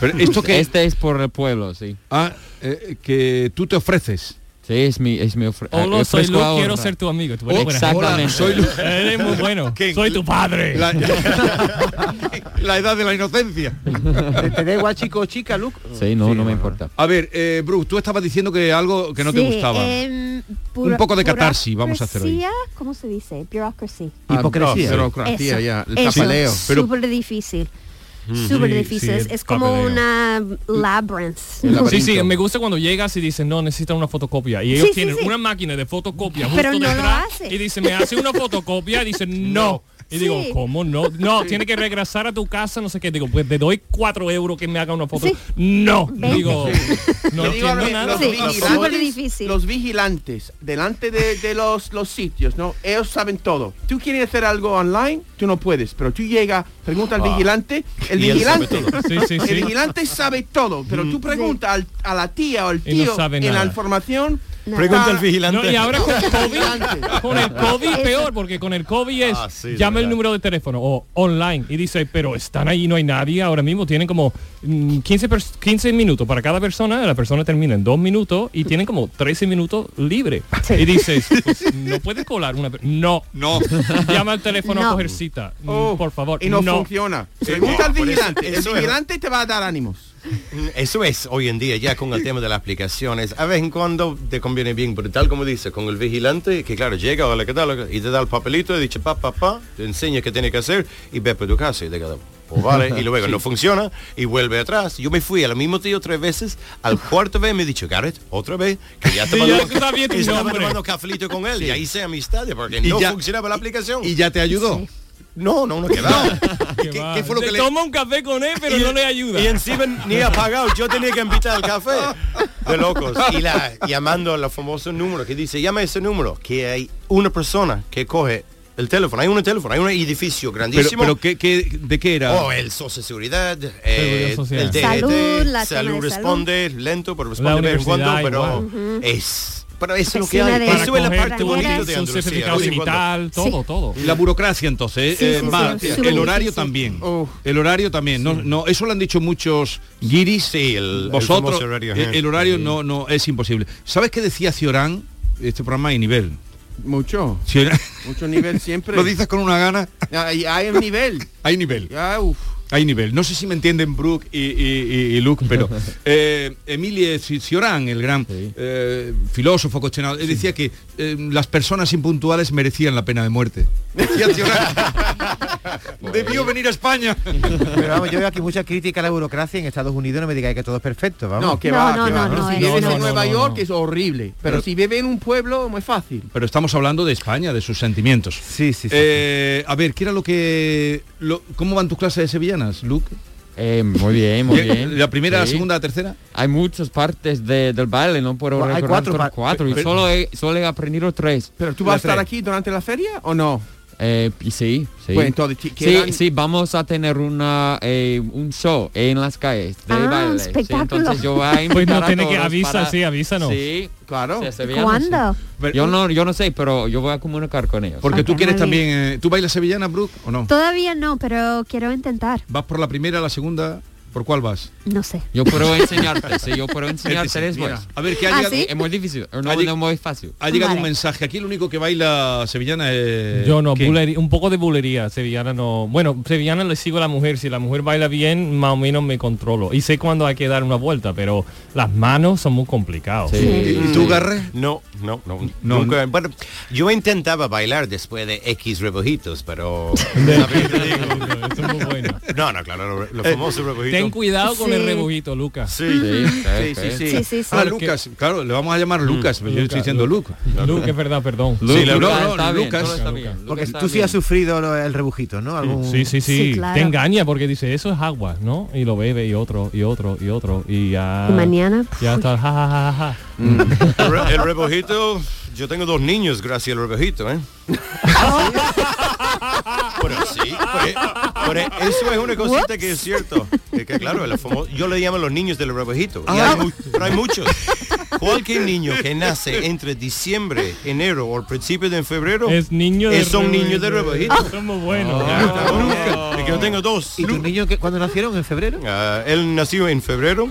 Speaker 6: Pero
Speaker 5: Pues
Speaker 6: esto que-
Speaker 9: Este es por el pueblo, sí.
Speaker 6: Ah, eh, que tú te ofreces.
Speaker 9: Sí, es mi, es mi ofre- eh,
Speaker 7: Hola, soy
Speaker 9: ofrezco
Speaker 7: Luke,
Speaker 9: ahora.
Speaker 7: quiero ser tu amigo. Tú eres
Speaker 9: Oh,
Speaker 7: buena.
Speaker 9: Exactamente.
Speaker 7: Hola, soy Luke. Eres muy
Speaker 6: *laughs*
Speaker 7: bueno. Soy tu padre. *laughs*
Speaker 6: La, *laughs* la edad de la inocencia.
Speaker 11: ¿Te, te da igual chico o chica, Luke?
Speaker 9: Sí, no, no me importa.
Speaker 6: A ver, eh, Bruce, tú estabas diciendo que algo que no te
Speaker 10: Sí,
Speaker 6: gustaba.
Speaker 7: eh,
Speaker 10: em,
Speaker 6: Un poco de catarsis vamos a hacer hoy.
Speaker 10: burocracia, ¿Cómo se dice? Bureaucracy.
Speaker 6: Hipocresía.
Speaker 5: Ah, burocracia,
Speaker 10: Eso,
Speaker 5: ya, el
Speaker 10: eso,
Speaker 5: tapaleo. Pero-
Speaker 10: Súper difícil.
Speaker 7: Mm.
Speaker 10: Súper
Speaker 7: Sí,
Speaker 10: difícil.
Speaker 7: sí,
Speaker 10: es,
Speaker 7: el
Speaker 10: es como
Speaker 7: papeleo.
Speaker 10: una labyrinth.
Speaker 7: Sí, sí, me gusta cuando llegas y dicen, no, necesitan una fotocopia. Y ellos
Speaker 10: Sí, sí,
Speaker 7: tienen
Speaker 10: sí.
Speaker 7: una máquina de fotocopia justo
Speaker 10: Pero no lo
Speaker 7: detrás.
Speaker 10: hace.
Speaker 7: Y dicen, me hace una fotocopia. Y dicen, no. Y
Speaker 10: Sí.
Speaker 7: digo, ¿cómo no? No, tiene que regresar a tu casa, no sé qué. Digo, pues te doy cuatro euros que me haga una foto. No.
Speaker 5: Veinte.
Speaker 7: Digo, no
Speaker 5: Te digo,
Speaker 7: entiendo
Speaker 5: los-
Speaker 7: nada.
Speaker 5: los, vigilantes, los vigilantes delante de, de los, los sitios, ¿no? Ellos saben todo. Tú quieres hacer algo online, tú no puedes, pero tú llegas, pregunta al
Speaker 12: Ah.
Speaker 5: vigilante, el
Speaker 12: Y él sabe
Speaker 5: vigilante,
Speaker 12: todo. Sí, sí, sí.
Speaker 5: el vigilante sabe todo, pero tú preguntas al- a la tía o al
Speaker 12: Y no
Speaker 5: tío
Speaker 12: sabe
Speaker 5: en la
Speaker 12: nada.
Speaker 5: información.
Speaker 12: Pregunta
Speaker 5: está-
Speaker 12: al vigilante.
Speaker 7: No, y ahora
Speaker 5: *laughs*
Speaker 7: con el
Speaker 5: Vigilante.
Speaker 7: COVID, con el COVID peor, porque con el COVID es llama el número de teléfono o online y dice, pero están ahí, no hay nadie ahora mismo, tienen como mm, 15, pers- 15 minutos para cada persona, la persona termina en dos minutos y tienen como 13 minutos libre. Y dices, pues, no puedes colar una... per- No, no. *laughs* Llama al teléfono a
Speaker 5: No.
Speaker 7: coger cita, mm,
Speaker 5: Oh,
Speaker 7: por favor.
Speaker 5: y no, funciona. Pregunta al vigilante, el vigilante te va a dar ánimos.
Speaker 8: Eso es hoy en día ya con el tema de las aplicaciones. A vez en cuando te conviene bien, pero tal como dice, con el vigilante, que claro, llega, hola, ¿qué tal? Y te da el papelito y dice, pa, pa, pa, te enseña qué tiene que hacer y ve por tu casa y te queda, pues vale, y luego
Speaker 6: *laughs* Sí.
Speaker 8: no funciona y vuelve atrás. Yo me fui al mismo tío tres veces, al cuarto vez me he dicho, Garrett, otra vez, que ya
Speaker 6: *laughs* Sí,
Speaker 8: estaba,
Speaker 6: ya está bien tu
Speaker 8: estaba
Speaker 6: nombre.
Speaker 8: tomando cafelito con él y ahí hice amistades porque
Speaker 6: Y
Speaker 8: no
Speaker 6: ya-
Speaker 8: funcionaba la aplicación.
Speaker 6: y ya te ayudó. Sí.
Speaker 8: No, no, no quedaba.
Speaker 6: *laughs*
Speaker 7: ¿Qué,
Speaker 8: qué fue lo que le-
Speaker 7: Toma un café con él, pero
Speaker 8: Y-
Speaker 7: no le ayuda.
Speaker 8: Y encima ni ha pagado, yo tenía que invitar al café. De locos. Y la, llamando a los famosos números que dice, llama a ese número, que hay una persona que coge el teléfono, hay un teléfono, hay un edificio
Speaker 6: Pero,
Speaker 8: grandísimo.
Speaker 6: pero ¿qué, qué- de qué era?
Speaker 8: Oh, el Social Seguridad, eh,
Speaker 6: Seguridad Social.
Speaker 8: el DGT,
Speaker 6: Salud,
Speaker 8: salud,
Speaker 10: la tema de
Speaker 8: responde, lento, pero
Speaker 6: La
Speaker 8: responde de vez en cuando,
Speaker 6: universidad
Speaker 8: pero
Speaker 6: igual.
Speaker 10: Ujú.
Speaker 8: es... Pero eso es lo que
Speaker 10: Oficina
Speaker 8: hay.
Speaker 10: de
Speaker 8: Eso es la
Speaker 10: Para
Speaker 8: parte
Speaker 7: tu
Speaker 8: bonita de
Speaker 7: su
Speaker 8: Andalucía.
Speaker 7: certificado
Speaker 8: de vez en cuando.
Speaker 7: digital, todo, todo.
Speaker 6: La burocracia entonces,
Speaker 7: Sí,
Speaker 6: eh,
Speaker 7: sí, sí,
Speaker 6: va,
Speaker 7: sí,
Speaker 6: el
Speaker 7: súper
Speaker 6: horario
Speaker 7: difícil.
Speaker 6: también. El horario también. No, no, eso lo han dicho muchos guiris. vosotros.
Speaker 8: famoso
Speaker 6: eh, El
Speaker 8: horario,
Speaker 6: horario,
Speaker 8: ajá.
Speaker 6: no, no es imposible. ¿Sabes qué decía Ciorán? Este programa hay nivel.
Speaker 5: Mucho.
Speaker 6: Ciorán- *laughs*
Speaker 5: Mucho nivel siempre.
Speaker 6: Lo dices con una gana.
Speaker 5: Hay, hay un nivel.
Speaker 6: Hay nivel.
Speaker 5: Ya, uf.
Speaker 6: Hay nivel. No sé si me entienden Brooke y, y- y- y Luke,
Speaker 5: *laughs*
Speaker 6: pero eh, Emilie Ci- Cioran, el gran eh, filósofo cuestionado, él decía que eh, las personas impuntuales merecían la pena de muerte. Debió venir a España.
Speaker 11: *laughs* Pero vamos, yo veo aquí mucha crítica a la burocracia en Estados Unidos, no me digáis que todo es perfecto, vamos.
Speaker 5: No, que va, que va. si vives en Nueva York es horrible, pero,
Speaker 6: Pero-
Speaker 5: si vive en un pueblo es muy fácil.
Speaker 6: Pero estamos hablando de España, de sus sentimientos.
Speaker 11: Sí, sí,
Speaker 6: sí. a ver, ¿qué era lo que... lo- ¿Cómo van tus clases de sevillanas, Luke?
Speaker 9: Eh, muy
Speaker 6: *laughs*
Speaker 9: bien, muy
Speaker 6: Bien,
Speaker 9: bien.
Speaker 6: ¿La primera, la segunda, la
Speaker 9: tercera? Hay muchas partes de- del baile, no puedo
Speaker 5: Bueno, hay
Speaker 9: recordar
Speaker 5: cuatro
Speaker 9: todas,
Speaker 5: pa-
Speaker 9: cuatro, y
Speaker 5: pero-
Speaker 9: solo he, solo he aprendido tres.
Speaker 5: Pero ¿Tú vas a estar aquí durante la feria o no?
Speaker 9: Eh, y sí, sí.
Speaker 5: Pues entonces, ¿qué- qué
Speaker 9: sí,
Speaker 5: eran?
Speaker 9: sí, vamos a tener una, eh, un show en las calles de
Speaker 10: Ah, un
Speaker 9: baile. Sí,
Speaker 10: espectáculo.
Speaker 9: entonces yo voy a
Speaker 10: Pues no
Speaker 9: invitar a
Speaker 7: tiene que
Speaker 9: todos
Speaker 7: avisa,
Speaker 9: para-
Speaker 7: sí, avísanos.
Speaker 9: Sí, claro. Sí, sevillanos,
Speaker 10: ¿Cuándo?
Speaker 9: sí. Yo no, yo no sé, pero yo voy a comunicar con ellos.
Speaker 6: Porque tú
Speaker 10: Ok,
Speaker 6: quieres
Speaker 10: muy
Speaker 6: también... eh, ¿Tú bailas sevillana, Brooke, o no?
Speaker 10: Todavía no, pero quiero intentar.
Speaker 6: ¿Vas por la primera, la segunda? ¿Por cuál vas?
Speaker 10: No sé.
Speaker 9: Yo puedo enseñarte, sí,
Speaker 6: *laughs*
Speaker 9: yo puedo enseñarte después.
Speaker 6: Mira, a ver, que ha ¿Ah, llegado- sí?
Speaker 9: Es muy difícil, no,
Speaker 6: Ha lleg-
Speaker 9: no es muy fácil.
Speaker 6: Ha llegado un mensaje. Aquí el único que baila sevillana es...
Speaker 7: Yo no,
Speaker 6: ¿quién?
Speaker 7: bulería- un poco de bulería, sevillana no. Bueno, sevillana le sigo a la mujer, si la mujer baila bien, más o menos me controlo. Y sé cuándo hay que dar una vuelta, pero las manos son muy complicadas.
Speaker 8: ¿Y tú, Garre? No, no, no. nunca. Bueno, yo intentaba bailar después de X *laughs* rebojitos, pero... ¿sabes? no, no, claro, los famosos rebojitos.
Speaker 7: Ten cuidado con el rebujito, Lucas.
Speaker 6: Sí, sí, sí, sí. Ah, Lucas, claro, le vamos a llamar Lucas, pero yo estoy diciendo Lucas.
Speaker 7: Lucas, es verdad, perdón.
Speaker 6: Sí, no, no, Lucas.
Speaker 11: Porque tú sí has sufrido lo- el rebujito, ¿no? Algún-
Speaker 7: Sí, sí, sí. Te engaña porque dice, eso es agua, ¿no? Y lo bebe y otro, y otro, y otro. Y ya...
Speaker 10: Y mañana,
Speaker 7: Ya está, ja, ja, ja, ja.
Speaker 8: El re- el rebujito, yo tengo dos niños gracias al rebujito, ¿eh? Bueno, sí, pues, por e- eso es una cosita que es cierto. Que, que claro, el famo- yo le llamo los niños del rebujito, y hay mu- pero hay muchos. Cualquier niño que nace entre diciembre, enero o principios de febrero
Speaker 7: Es niño de
Speaker 8: es- son niños de rebujito.
Speaker 7: Son Ah, muy buenos.
Speaker 8: Es que yo tengo dos.
Speaker 11: ¿Y tus niños que, cuándo nacieron? ¿En febrero?
Speaker 8: Ah, él nació en febrero,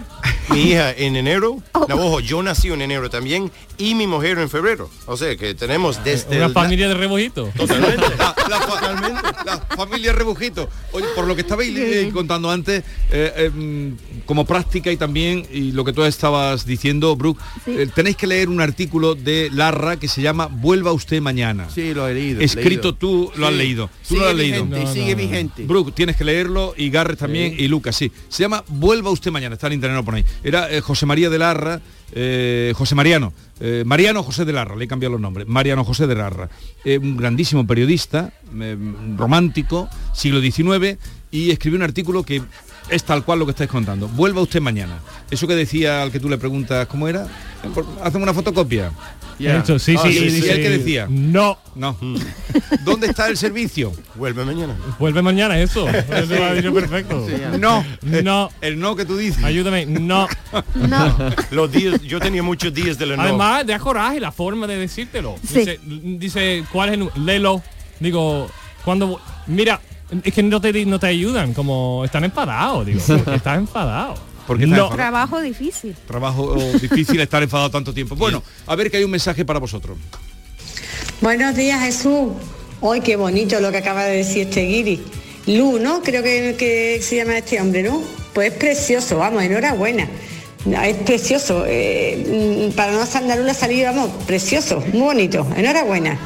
Speaker 8: mi hija en enero, no, ojo, yo nací en enero también y mi mujer en febrero. O sea que tenemos desde
Speaker 7: Una
Speaker 8: el-
Speaker 7: familia de rebujito.
Speaker 6: la, fa- realmente, la familia Rebujito. Oye, por lo que estabais eh, contando antes, eh, eh, mm, como práctica y también, y lo que tú estabas diciendo, Brooke, eh, tenéis que leer un artículo de Larra que se llama Vuelva usted mañana.
Speaker 5: Sí, lo he leído.
Speaker 6: Escrito
Speaker 5: leído.
Speaker 6: tú lo has
Speaker 5: Sí,
Speaker 6: leído. Tú
Speaker 5: sigue
Speaker 6: lo has leído.
Speaker 5: vigente, No, sigue no, no. vigente.
Speaker 6: Brooke, tienes que leerlo y Garres también y Lucas, sí. Se llama Vuelva usted mañana, está en internet, no lo ponéis. Era eh, José María de Larra, eh, José Mariano. eh, Mariano José de Larra, le he cambiado los nombres. Mariano José de Larra. eh, un grandísimo periodista, eh, romántico, siglo XIX, y escribió un artículo que es tal cual lo que estáis contando. Vuelva usted mañana. Eso que decía al que tú le preguntas cómo era, Eh, Por- hacemos una fotocopia.
Speaker 7: Ya. Eso, sí,
Speaker 6: Ah,
Speaker 7: sí,
Speaker 6: sí,
Speaker 7: y
Speaker 6: sí.
Speaker 7: dice,
Speaker 6: ¿Y él qué decía?
Speaker 7: No.
Speaker 6: No. ¿Dónde está el servicio?
Speaker 8: Mm, Vuelve mañana.
Speaker 7: Vuelve
Speaker 6: *laughs*
Speaker 7: mañana eso. Eso lo ha dicho perfecto.
Speaker 6: No.
Speaker 7: No.
Speaker 6: El no que tú dices.
Speaker 7: Ayúdame. No.
Speaker 8: Los días, yo tenía muchos días de la no.
Speaker 7: Además, da coraje la forma de decírtelo.
Speaker 8: Sí.
Speaker 7: Dice, dice, ¿cuál es el nu- Lelo. Digo, cuando... vo- Mira, es que no te, di- no te ayudan. Como están enfadados, digo. porque Estás enfadado.
Speaker 6: Porque
Speaker 7: no.
Speaker 10: Trabajo difícil.
Speaker 6: Trabajo difícil estar enfadado tanto tiempo. Bueno, a ver que hay un mensaje para vosotros.
Speaker 12: Buenos días, Jesús. Hoy qué bonito lo que acaba de decir este guiri. Lu, ¿no? Creo que, que se llama este hombre, ¿no? Pues precioso, vamos, enhorabuena. No, Es precioso. eh, mm, para no andar una salida, vamos, precioso, muy bonito, enhorabuena.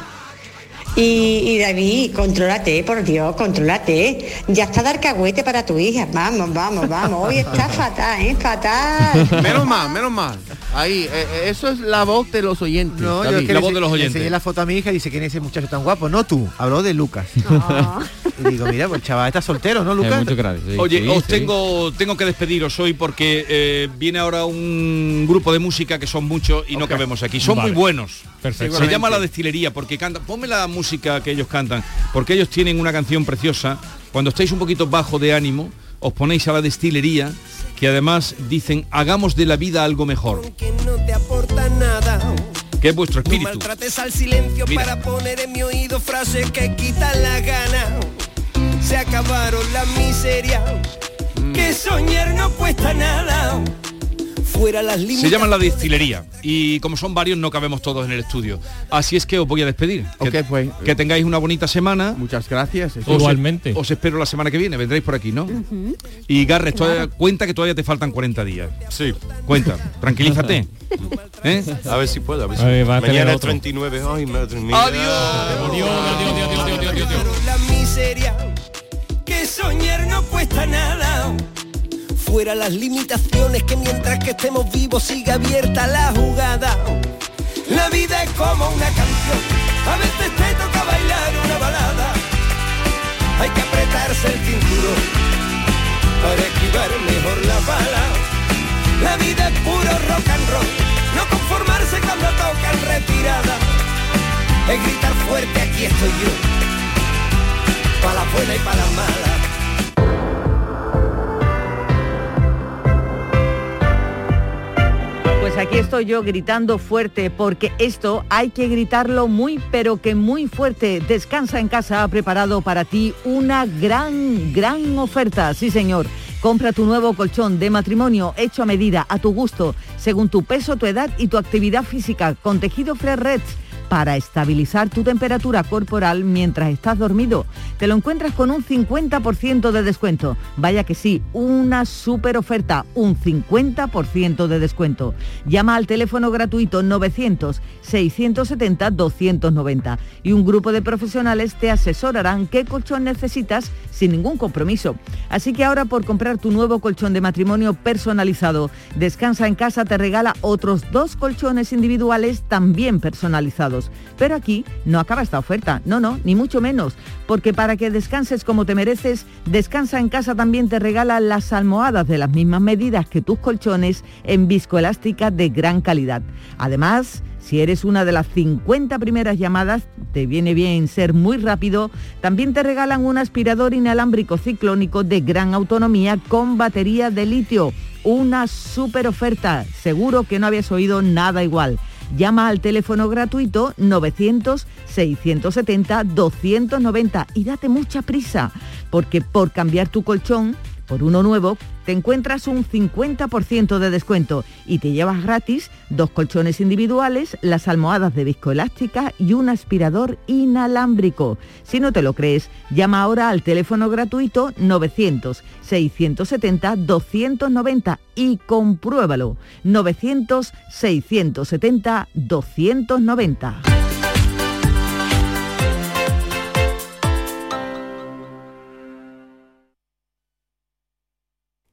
Speaker 12: Y, y David, contrólate, por Dios, contrólate. Ya está dar cagüete para tu hija. Vamos, vamos, vamos. Hoy está fatal, ¿eh? Fatal.
Speaker 5: Menos mal, menos mal. Ahí, eh, eh, eso es la voz de los oyentes.
Speaker 11: No, yo es que le ense- le enseñé la foto a mi hija y dice, ¿quién es ese muchacho tan guapo? No tú, habló de
Speaker 5: *laughs*
Speaker 11: Lucas. Y digo, mira, pues chaval, estás soltero, ¿no,
Speaker 9: Eh,
Speaker 11: Lucas?
Speaker 6: Oye, os tengo tengo que despediros hoy porque eh, viene ahora un grupo de música que son muchos y no cabemos aquí. Son
Speaker 7: Vale.
Speaker 6: muy buenos.
Speaker 7: Perfecto.
Speaker 6: Se llama La Destilería porque cantan. Ponme la música que ellos cantan, porque ellos tienen una canción preciosa. Cuando estáis un poquito bajo de ánimo, os ponéis a La Destilería, que además dicen, hagamos de la vida algo mejor,
Speaker 13: que no te aporta nada.
Speaker 6: que es vuestro
Speaker 13: No
Speaker 6: espíritu.
Speaker 13: maltrates al silencio
Speaker 6: Mira.
Speaker 13: para poner en mi oído frases que quitan la gana. Se acabaron la miseria. Que soñar no cuesta nada. Fuera las líneas.
Speaker 6: Se llaman la destilería y como son varios no cabemos todos en el estudio. Así es que os voy a despedir. Que, que tengáis una bonita semana.
Speaker 5: pues, Muchas gracias.
Speaker 6: Igualmente. Os, espero la semana que viene, vendréis por aquí, ¿no? Y Garres, todavía- cuenta que todavía te faltan 40 días.
Speaker 8: Sí.
Speaker 6: Cuenta,
Speaker 8: *laughs*
Speaker 6: tranquilízate. ¿Eh?
Speaker 8: A ver si puedo, a ver si
Speaker 6: Ahí va a tener
Speaker 8: Mañana es
Speaker 6: otro.
Speaker 8: 39. Ay, madre mía.
Speaker 13: Adiós, Acabaron la miseria. Que soñar no cuesta nada. Fuera las limitaciones que mientras que estemos vivos sigue abierta la jugada. La vida es como una canción. A veces te toca bailar una balada. Hay que apretarse el cinturón para esquivar mejor la bala. La vida es puro rock and roll. No conformarse cuando tocan retirada. Es gritar fuerte, aquí estoy yo. Para la buena y para la mala.
Speaker 14: Pues aquí estoy yo gritando fuerte porque esto hay que gritarlo muy pero que muy fuerte. Descansa en casa ha preparado para ti una gran, gran oferta. Sí señor, compra tu nuevo colchón de matrimonio hecho a medida, a tu gusto, según tu peso, tu edad y tu actividad física con tejido Fresh Reds para estabilizar tu temperatura corporal mientras estás dormido. Te lo encuentras con un 50% de descuento. Vaya que sí, una super oferta, un 50% de descuento. Llama al teléfono gratuito 900-670-290 y un grupo de profesionales te asesorarán qué colchón necesitas sin ningún compromiso. Así que ahora por comprar tu nuevo colchón de matrimonio personalizado, Descansa en casa te regala otros dos colchones individuales también personalizados. Pero aquí no acaba esta oferta, no, no, ni mucho menos, porque para que descanses como te mereces, Descansa en casa también te regala las almohadas de las mismas medidas que tus colchones en viscoelástica de gran calidad. Además, si eres una de las 50 primeras llamadas, te viene bien ser muy rápido. También te regalan un aspirador inalámbrico ciclónico de gran autonomía con batería de litio. Una super oferta. Seguro que no habías oído nada igual. Llama al teléfono gratuito 900-670-290 y date mucha prisa, porque por cambiar tu colchón por uno nuevo, te encuentras un 50% de descuento y te llevas gratis dos colchones individuales, las almohadas de viscoelástica y un aspirador inalámbrico. Si no te lo crees, llama ahora al teléfono gratuito 900-670-290 y compruébalo. 900-670-290.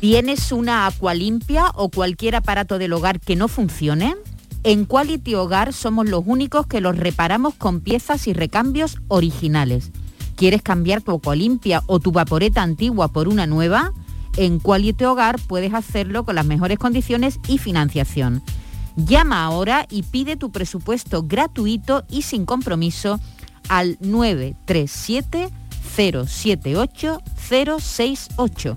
Speaker 15: ¿Tienes una agua limpia o cualquier aparato del hogar que no funcione? En Quality Hogar somos los únicos que los reparamos con piezas y recambios originales. ¿Quieres cambiar tu agua limpia o tu vaporeta antigua por una nueva? En Quality Hogar puedes hacerlo con las mejores condiciones y financiación. Llama ahora y pide tu presupuesto gratuito y sin compromiso al 937 078 068.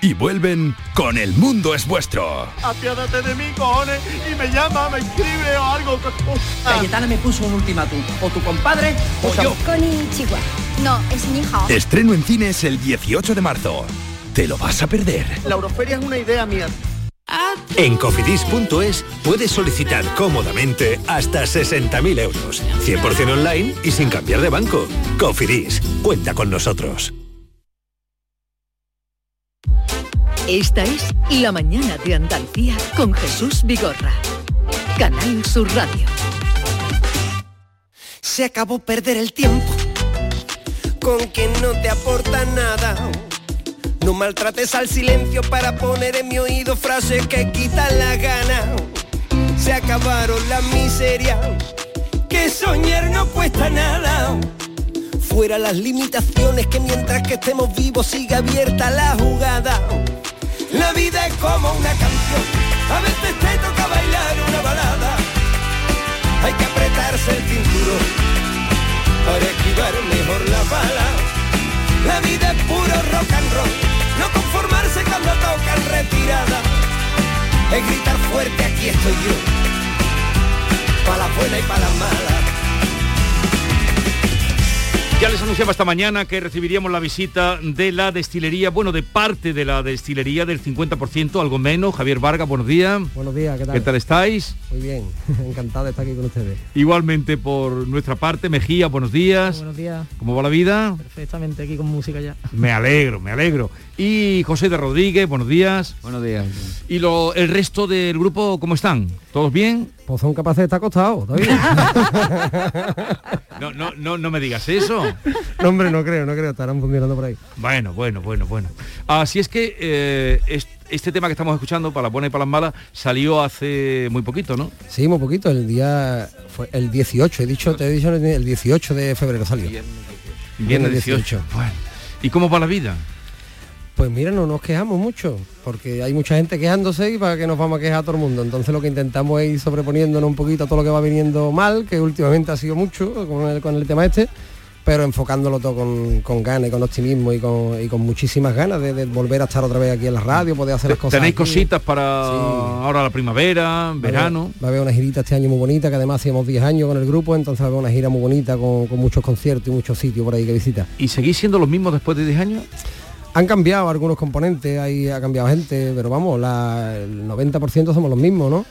Speaker 16: y vuelven con El Mundo es Vuestro.
Speaker 17: Apiádate de mí, cojones, y me llama, me escribe o algo.
Speaker 18: Cayetana me puso un ultimátum. O tu compadre o yo.
Speaker 19: Con Chihuahua. No, es mi hija.
Speaker 16: Estreno en cines el 18 de marzo. Te lo vas a perder.
Speaker 17: La Euroferia es una idea mía.
Speaker 20: En cofidis.es puedes solicitar cómodamente hasta 60.000 euros, 100% online y sin cambiar de banco. Cofidis, cuenta con nosotros.
Speaker 2: Esta es La mañana de Andalucía con Jesús Vigorra. Canal Sur Radio.
Speaker 13: Se acabó perder el tiempo con que no te aporta nada. No maltrates al silencio para poner en mi oído frases que quitan la gana. Se acabaron la miseria, que soñar no cuesta nada. Fuera las limitaciones que mientras que estemos vivos siga abierta la jugada. La vida es como una canción, a veces te toca bailar una balada. Hay que apretarse el cinturón para esquivar mejor la bala. La vida es puro rock and roll, no conformarse cuando tocan retirada. es gritar fuerte, aquí estoy yo. Para las buenas y para las malas.
Speaker 6: Ya les anunciaba esta mañana que recibiríamos la visita de la destilería, bueno, de parte de la destilería del 50%, algo menos. Javier Vargas, buenos días.
Speaker 1: Buenos días, ¿qué tal?
Speaker 6: ¿Qué tal estáis?
Speaker 1: Muy bien, *laughs* encantado de estar aquí con ustedes.
Speaker 6: Igualmente por nuestra parte, Mejía, buenos días.
Speaker 4: Buenos días.
Speaker 6: ¿Cómo va la vida?
Speaker 4: Perfectamente aquí con música ya.
Speaker 6: Me alegro, me alegro. Y José de Rodríguez, buenos días.
Speaker 9: Buenos días.
Speaker 6: ¿Y lo- el resto del grupo cómo están? ¿Todos bien?
Speaker 1: Pues son capaces de estar acostados,
Speaker 4: *laughs*
Speaker 1: David.
Speaker 6: No, no, no, no me digas eso.
Speaker 1: no, hombre, no creo, no creo, estarán funcionando por ahí.
Speaker 6: *laughs* Bueno, bueno, bueno, bueno. Así es que eh, est- este tema que estamos escuchando, para las buenas y para las malas, salió hace muy poquito, ¿no?
Speaker 1: Sí, muy poquito, el día fue el 18, he dicho, te he dicho el 18 de febrero salió.
Speaker 6: Viernes 18. Bueno. ¿Y cómo va la vida?
Speaker 1: Pues mira, no nos quejamos mucho, porque hay mucha gente quejándose y para que nos vamos a quejar a todo el mundo. Entonces lo que intentamos es ir sobreponiéndonos un poquito a todo lo que va viniendo mal, que últimamente ha sido mucho con el, con el tema este, pero enfocándolo todo con, con ganas y con optimismo y con, y con muchísimas ganas de, de volver a estar otra vez aquí en la radio, poder hacer las cosas.
Speaker 6: Tenéis
Speaker 1: aquí.
Speaker 6: cositas para ahora la primavera,
Speaker 1: Va a haber-
Speaker 6: verano.
Speaker 1: Va a haber una girita este año muy bonita, que además hacíamos 10 años con el grupo, entonces va a haber una gira muy bonita con, con muchos conciertos y muchos sitios por ahí que visitar.
Speaker 6: ¿Y seguís siendo los mismos después de 10 años?
Speaker 1: Han cambiado algunos componentes, ahí ha cambiado gente, pero vamos, la- el 90% somos los mismos, ¿no?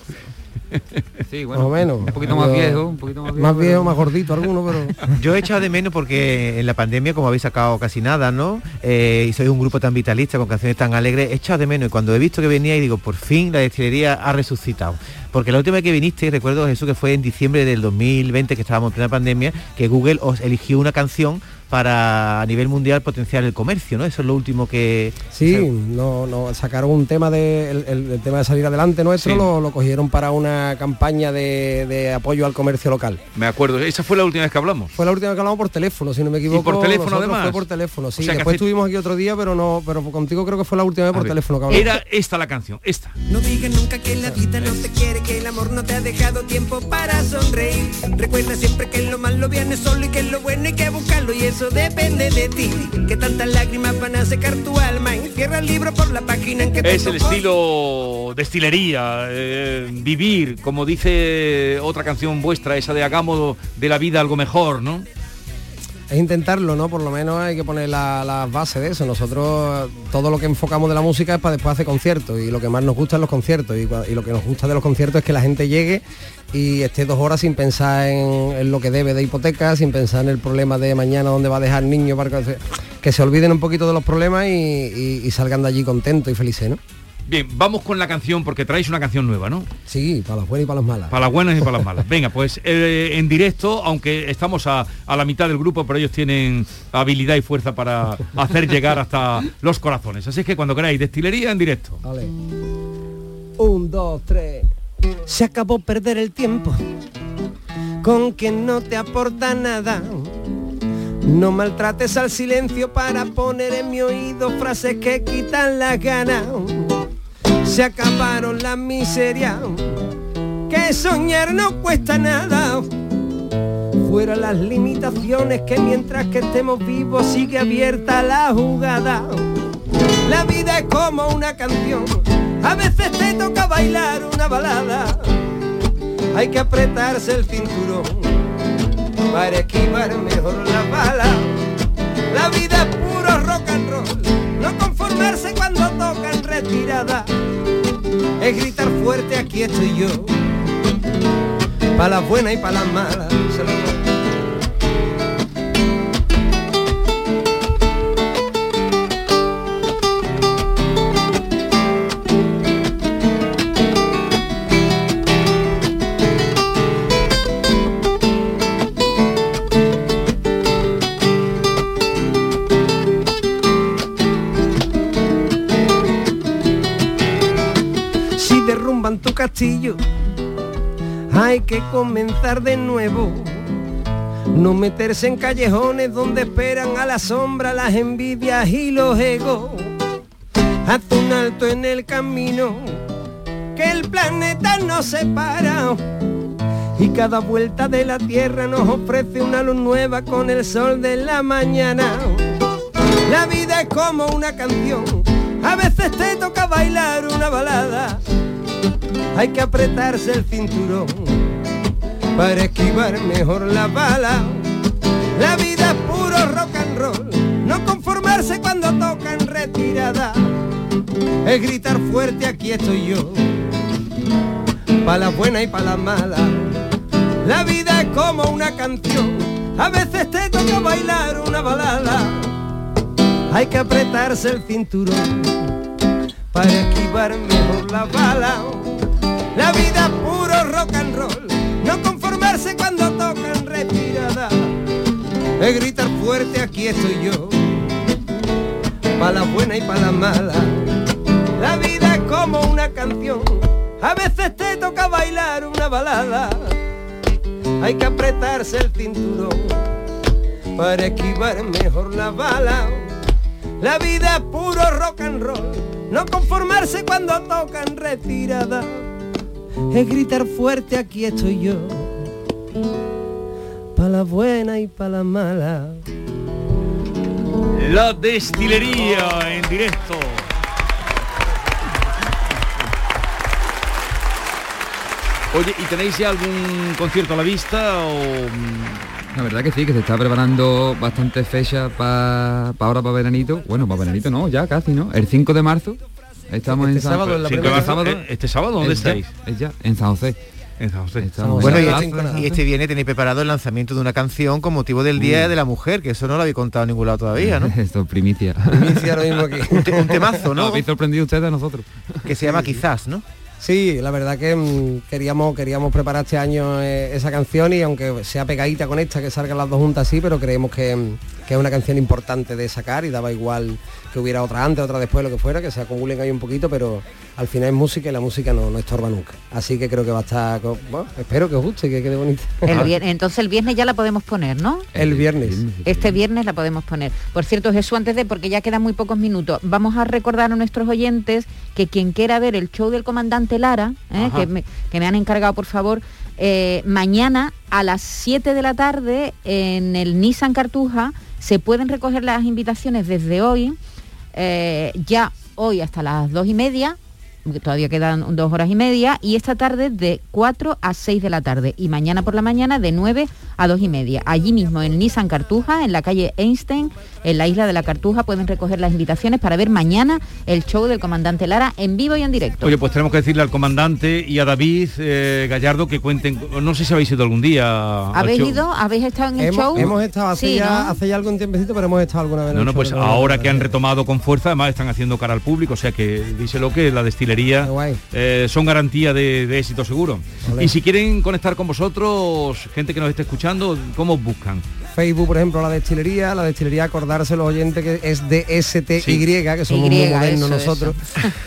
Speaker 9: Sí,
Speaker 1: bueno, Más o menos.
Speaker 9: Un poquito más
Speaker 1: Yo-
Speaker 9: viejo, un poquito más viejo.
Speaker 1: Más viejo, más gordito
Speaker 6: *laughs*
Speaker 1: alguno, pero...
Speaker 11: Yo he echado de menos porque en la pandemia, como habéis sacado casi nada, ¿no? Eh, y sois un grupo tan vitalista, con canciones tan alegres, he echado de menos. Y cuando he visto que venía y digo, por fin la destilería ha resucitado. Porque la última vez que viniste, recuerdo Jesús, que fue en diciembre del 2020, que estábamos en plena pandemia, que Google os eligió una canción para a nivel mundial potenciar el comercio, ¿no? Eso es lo último que...
Speaker 1: Sí, no, no, sacaron un tema de el, el- el tema de salir adelante nuestro,
Speaker 6: Sí.
Speaker 1: lo, lo cogieron para una campaña de, de apoyo al comercio local.
Speaker 6: Me acuerdo, esa fue la última vez que hablamos.
Speaker 1: Fue la última vez que hablamos por teléfono, si no me equivoco.
Speaker 6: por teléfono,
Speaker 1: nosotros
Speaker 6: además?
Speaker 1: Fue por teléfono, sí.
Speaker 6: O sea, que
Speaker 1: Después
Speaker 6: hace- Ah,
Speaker 1: estuvimos aquí otro día, pero no, pero contigo creo que fue la última vez por teléfono que hablamos.
Speaker 6: Era esta la canción, esta.
Speaker 21: No digas nunca que la vida no te quiere, que el amor no te ha dejado tiempo para sonreír. Recuerda siempre que lo malo viene solo y que lo bueno hay que buscarlo y eso depende de ti. Que tantas lágrimas van a secar tu alma. Encierra el libro por la página en que te
Speaker 6: Es el
Speaker 21: tocó.
Speaker 6: estilo destilería, eh, vivir, como dice otra canción vuestra, esa de hagamos de la vida algo mejor, ¿no?
Speaker 1: es intentarlo, ¿no? Por lo menos hay que poner la, la base de eso. Nosotros eh, todo lo que enfocamos de la música es para después hacer conciertos y lo que más nos gusta es los conciertos y, cua- y lo que nos gusta de los conciertos es que la gente llegue y esté dos horas sin pensar en, en lo que debe de hipoteca, sin pensar en el problema de mañana dónde va a dejar el niño, para que, se- que se olviden un poquito de los problemas y, y- y salgan de allí contentos y felices, ¿no?
Speaker 6: Bien, vamos con la canción porque traéis una canción nueva, ¿no?
Speaker 1: Sí, para las buenas y para las malas.
Speaker 6: Para las buenas y para las malas. Venga, pues eh, en directo, aunque estamos a, a la mitad del grupo, pero ellos tienen habilidad y fuerza para hacer llegar hasta los corazones. Así es que cuando queráis, destilería en directo.
Speaker 1: Vale. Un, dos, tres.
Speaker 4: Se acabó perder el tiempo con que no te aporta nada.
Speaker 1: No maltrates al silencio para poner en mi oído frases que quitan las ganas.
Speaker 4: Se acabaron las miserias, que soñar no cuesta nada.
Speaker 1: Fuera las limitaciones que mientras que estemos vivos sigue abierta la jugada.
Speaker 4: La vida es como una canción, a veces te toca bailar una balada. Hay que apretarse el cinturón para esquivar mejor la bala. La vida es puro rock and roll, no conformarse cuando tocan retirada. Es gritar fuerte, aquí estoy yo, para las buenas y para las malas. Se lo- Si derrumban tu castillo, hay que comenzar de nuevo. No meterse en callejones donde esperan a la sombra las envidias y los egos. Haz un alto en el camino, que el planeta nos separa. Y cada vuelta de la tierra nos ofrece una luz nueva con el sol de la mañana. La vida es como una canción, a veces te toca bailar una balada. hay que apretarse el cinturón para esquivar mejor la bala. La vida es puro rock and roll, no conformarse cuando tocan retirada. Es gritar fuerte, aquí estoy yo, para la buena y para la mala. La vida es como una canción, a veces te toca bailar una balada. Hay que apretarse el cinturón para esquivar mejor la bala. La vida es puro rock and roll, no conformarse cuando tocan retirada. Es gritar fuerte, aquí estoy yo, para la buena y para la mala. La vida es como una canción, a veces te toca bailar una balada. Hay que apretarse el cinturón para esquivar mejor la bala. La vida es puro rock and roll, no conformarse cuando tocan retirada. Es gritar fuerte, aquí estoy yo, para la buena y para la mala.
Speaker 6: La destilería en directo. Oye, ¿y tenéis ya algún concierto a la vista o
Speaker 3: La verdad que sí, que se está preparando bastantes fechas para ahora, para veranito. Bueno, para veranito no, ya casi, ¿no? El 5 de marzo estamos
Speaker 6: Este
Speaker 3: en San
Speaker 6: sábado es la
Speaker 3: Cinco
Speaker 6: primera.
Speaker 3: de marzo.
Speaker 6: Eh, este sábado, ¿dónde
Speaker 3: Es ya,
Speaker 6: estáis?
Speaker 3: es ya, en San José.
Speaker 6: En San José.
Speaker 11: Bueno, y este, y este viene tenéis preparado el lanzamiento de una canción con motivo del Día
Speaker 3: Mm.
Speaker 11: de la Mujer, que eso no lo habéis contado en ningún lado todavía, ¿no?
Speaker 3: *laughs*
Speaker 11: *laughs*
Speaker 3: Esto es primicia.
Speaker 11: Primicia lo mismo aquí. Un, te- un temazo, ¿no? *laughs*
Speaker 3: Nos habéis sorprendido ustedes a nosotros.
Speaker 11: Que se llama Quizás, ¿no?
Speaker 1: Sí, la verdad que mm, queríamos queríamos preparar este año eh, esa canción y aunque sea pegadita con esta, que salgan las dos juntas así, pero creemos que, mm, que es una canción importante de sacar y daba igual que hubiera otra antes, otra después, lo que fuera, que se acumulen ahí un poquito, pero al final es música y la música no, no estorba nunca. Así que creo que va a estar, co- bueno, espero que os guste, que quede bonita.
Speaker 15: El vier- entonces el viernes ya la podemos poner, ¿no?
Speaker 1: *laughs* El viernes.
Speaker 15: Este viernes la podemos poner. Por cierto, Jesús, antes de, porque ya quedan muy pocos minutos, vamos a recordar a nuestros oyentes que quien quiera ver el show del comandante Lara, ¿eh?
Speaker 10: Ajá.
Speaker 15: que, me, que me han encargado, por favor, eh, mañana a las 7 de la tarde en el Nissan Cartuja se pueden recoger las invitaciones desde hoy, eh, ya hoy hasta las dos y media, que todavía quedan dos horas y media, y esta tarde de 4 a 6 de la tarde, y mañana por la mañana de 9 a 2 y media. Allí mismo, en Nissan Cartuja, en la calle Einstein, en la isla de la Cartuja, pueden recoger las invitaciones para ver mañana el show del comandante Lara en vivo y en directo.
Speaker 6: Oye, pues tenemos que decirle al comandante y a David eh, Gallardo que cuenten. No sé si habéis ido algún día. al
Speaker 15: ¿Habéis
Speaker 6: show.
Speaker 15: ido? ¿Habéis estado en el
Speaker 1: Hemos,
Speaker 15: show?
Speaker 1: hemos estado hace,
Speaker 15: Sí,
Speaker 1: ya,
Speaker 15: ¿no?
Speaker 1: hace ya algún tiempecito, pero hemos estado alguna vez. en
Speaker 6: No,
Speaker 1: el
Speaker 6: no,
Speaker 1: show
Speaker 6: pues
Speaker 1: del comandante.
Speaker 6: ahora que han retomado con fuerza, además están haciendo cara al público, o sea que díselo que la destilería eh, son garantía de, de éxito seguro. Y si quieren conectar con vosotros, gente que nos esté escuchando, ¿cómo os buscan?
Speaker 1: Facebook, por ejemplo, la destilería, la destilería, acordarse los oyentes que es DSTY, que somos
Speaker 4: Y,
Speaker 1: muy modernos
Speaker 4: eso,
Speaker 1: nosotros.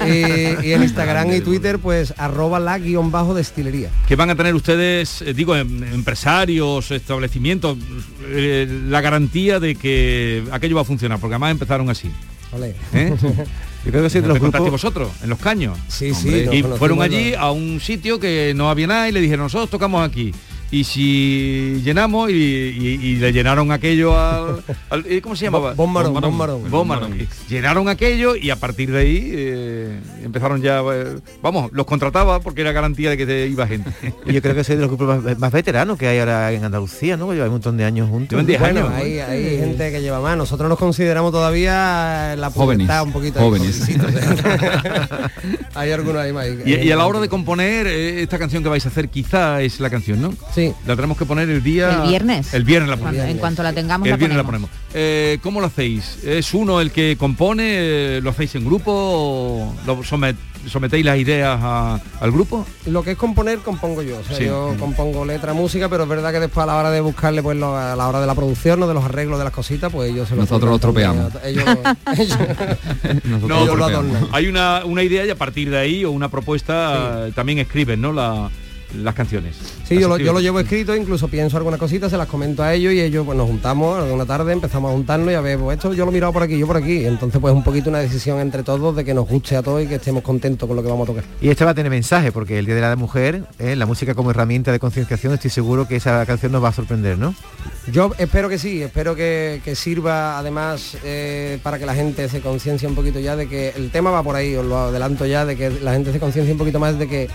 Speaker 4: eso.
Speaker 1: Y, y en Instagram y Twitter, pues arroba la guión bajo destilería.
Speaker 6: que van a tener ustedes, eh, digo, em- empresarios, establecimientos, eh, la garantía de que aquello va a funcionar? Porque además empezaron así.
Speaker 1: Ole.
Speaker 6: ¿eh?
Speaker 11: Yo creo que sí, de
Speaker 6: ¿No
Speaker 11: los
Speaker 6: te contaste
Speaker 11: grupos-
Speaker 6: vosotros, en los caños.
Speaker 1: Sí,
Speaker 11: sí, nos
Speaker 6: Y
Speaker 11: conocimos
Speaker 6: fueron
Speaker 11: los-
Speaker 6: allí a un sitio que no había nada y le dijeron, nosotros tocamos aquí. Y si llenamos y, y- y le llenaron aquello
Speaker 1: *laughs*
Speaker 6: al, al- eh, ¿Cómo se llamaba?
Speaker 1: Bon Marón, Bon Marón.
Speaker 6: Bon Marón. Llenaron aquello y a partir de ahí eh, empezaron ya... eh, vamos, los contrataba porque era garantía de que te iba
Speaker 1: *laughs*
Speaker 6: gente.
Speaker 11: Y Yo creo que soy de los grupos más, más veteranos que hay ahora en Andalucía, ¿no? Lleváis un montón de años juntos.
Speaker 1: Bueno, hay, hay gente que lleva más. Nosotros nos consideramos todavía eh, la
Speaker 11: Jóvenes,
Speaker 1: pubertad un poquito. ahí,
Speaker 11: jóvenes.
Speaker 1: jovencitos. hay algunos ahí más.
Speaker 6: Y, y a la hora de componer, eh, esta canción que vais a hacer quizá es la canción, ¿no?
Speaker 1: Sí.
Speaker 6: La tenemos que poner el día...
Speaker 15: El viernes.
Speaker 6: pues, El viernes la
Speaker 15: Cuando-
Speaker 6: ponemos.
Speaker 15: en cuanto la tengamos,
Speaker 6: el
Speaker 15: la
Speaker 6: viernes
Speaker 15: ponemos.
Speaker 6: la ponemos. Eh, ¿Cómo lo hacéis? ¿Es uno el que compone? eh, ¿Lo hacéis en grupo? o ¿Lo somet- ¿Sometéis las ideas a- al grupo?
Speaker 1: Lo que es componer, compongo yo. O sea,
Speaker 6: Sí.
Speaker 1: yo compongo letra, música, pero es verdad que después a la hora de buscarle, pues lo- a la hora de la producción o de los arreglos de las cositas, pues ellos se lo
Speaker 3: Nosotros lo tropeamos.
Speaker 1: Ellos, *laughs* ellos-
Speaker 3: Nosotros
Speaker 6: No,
Speaker 3: lo
Speaker 6: porque
Speaker 3: tropeamos.
Speaker 6: hay una, una idea y a partir de ahí o una propuesta eh, también escriben, ¿no? La- las canciones.
Speaker 1: Sí,
Speaker 6: Las
Speaker 1: yo lo, yo lo
Speaker 6: escribes.
Speaker 1: llevo escrito, incluso pienso algunas cositas, se las comento a ellos y ellos pues nos juntamos alguna tarde, empezamos a juntarnos y a ver, pues esto yo lo he mirado por aquí, yo por aquí. Entonces pues un poquito una decisión entre todos de que nos guste a todos y que estemos contentos con lo que vamos a tocar.
Speaker 11: Y esta va a tener mensaje, porque el Día de la Mujer, eh, la música como herramienta de concienciación, estoy seguro que esa canción nos va a sorprender, ¿no?
Speaker 1: Yo espero que sí, espero que, que sirva además eh, para que la gente se conciencie un poquito ya de que el tema va por ahí, os lo adelanto ya, de que la gente se conciencie un poquito más de que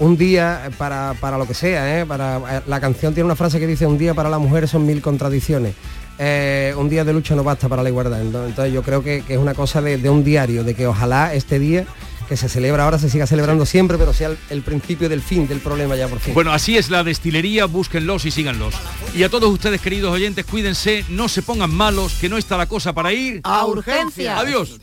Speaker 1: un día eh, para, para lo que sea, eh, para, la canción tiene una frase que dice un día para la mujer son mil contradicciones. Eh, un día de lucha no basta para la igualdad. Ento- Entonces yo creo que, que es una cosa de, de un diario, de que ojalá este día que se celebra ahora se siga celebrando siempre, pero sea el, el principio del fin del problema ya por fin.
Speaker 6: Bueno, así es la destilería, búsquenlos y síganlos. Y a todos ustedes, queridos oyentes, cuídense, no se pongan malos, que no está la cosa para ir
Speaker 14: A urgencias.
Speaker 6: Adiós.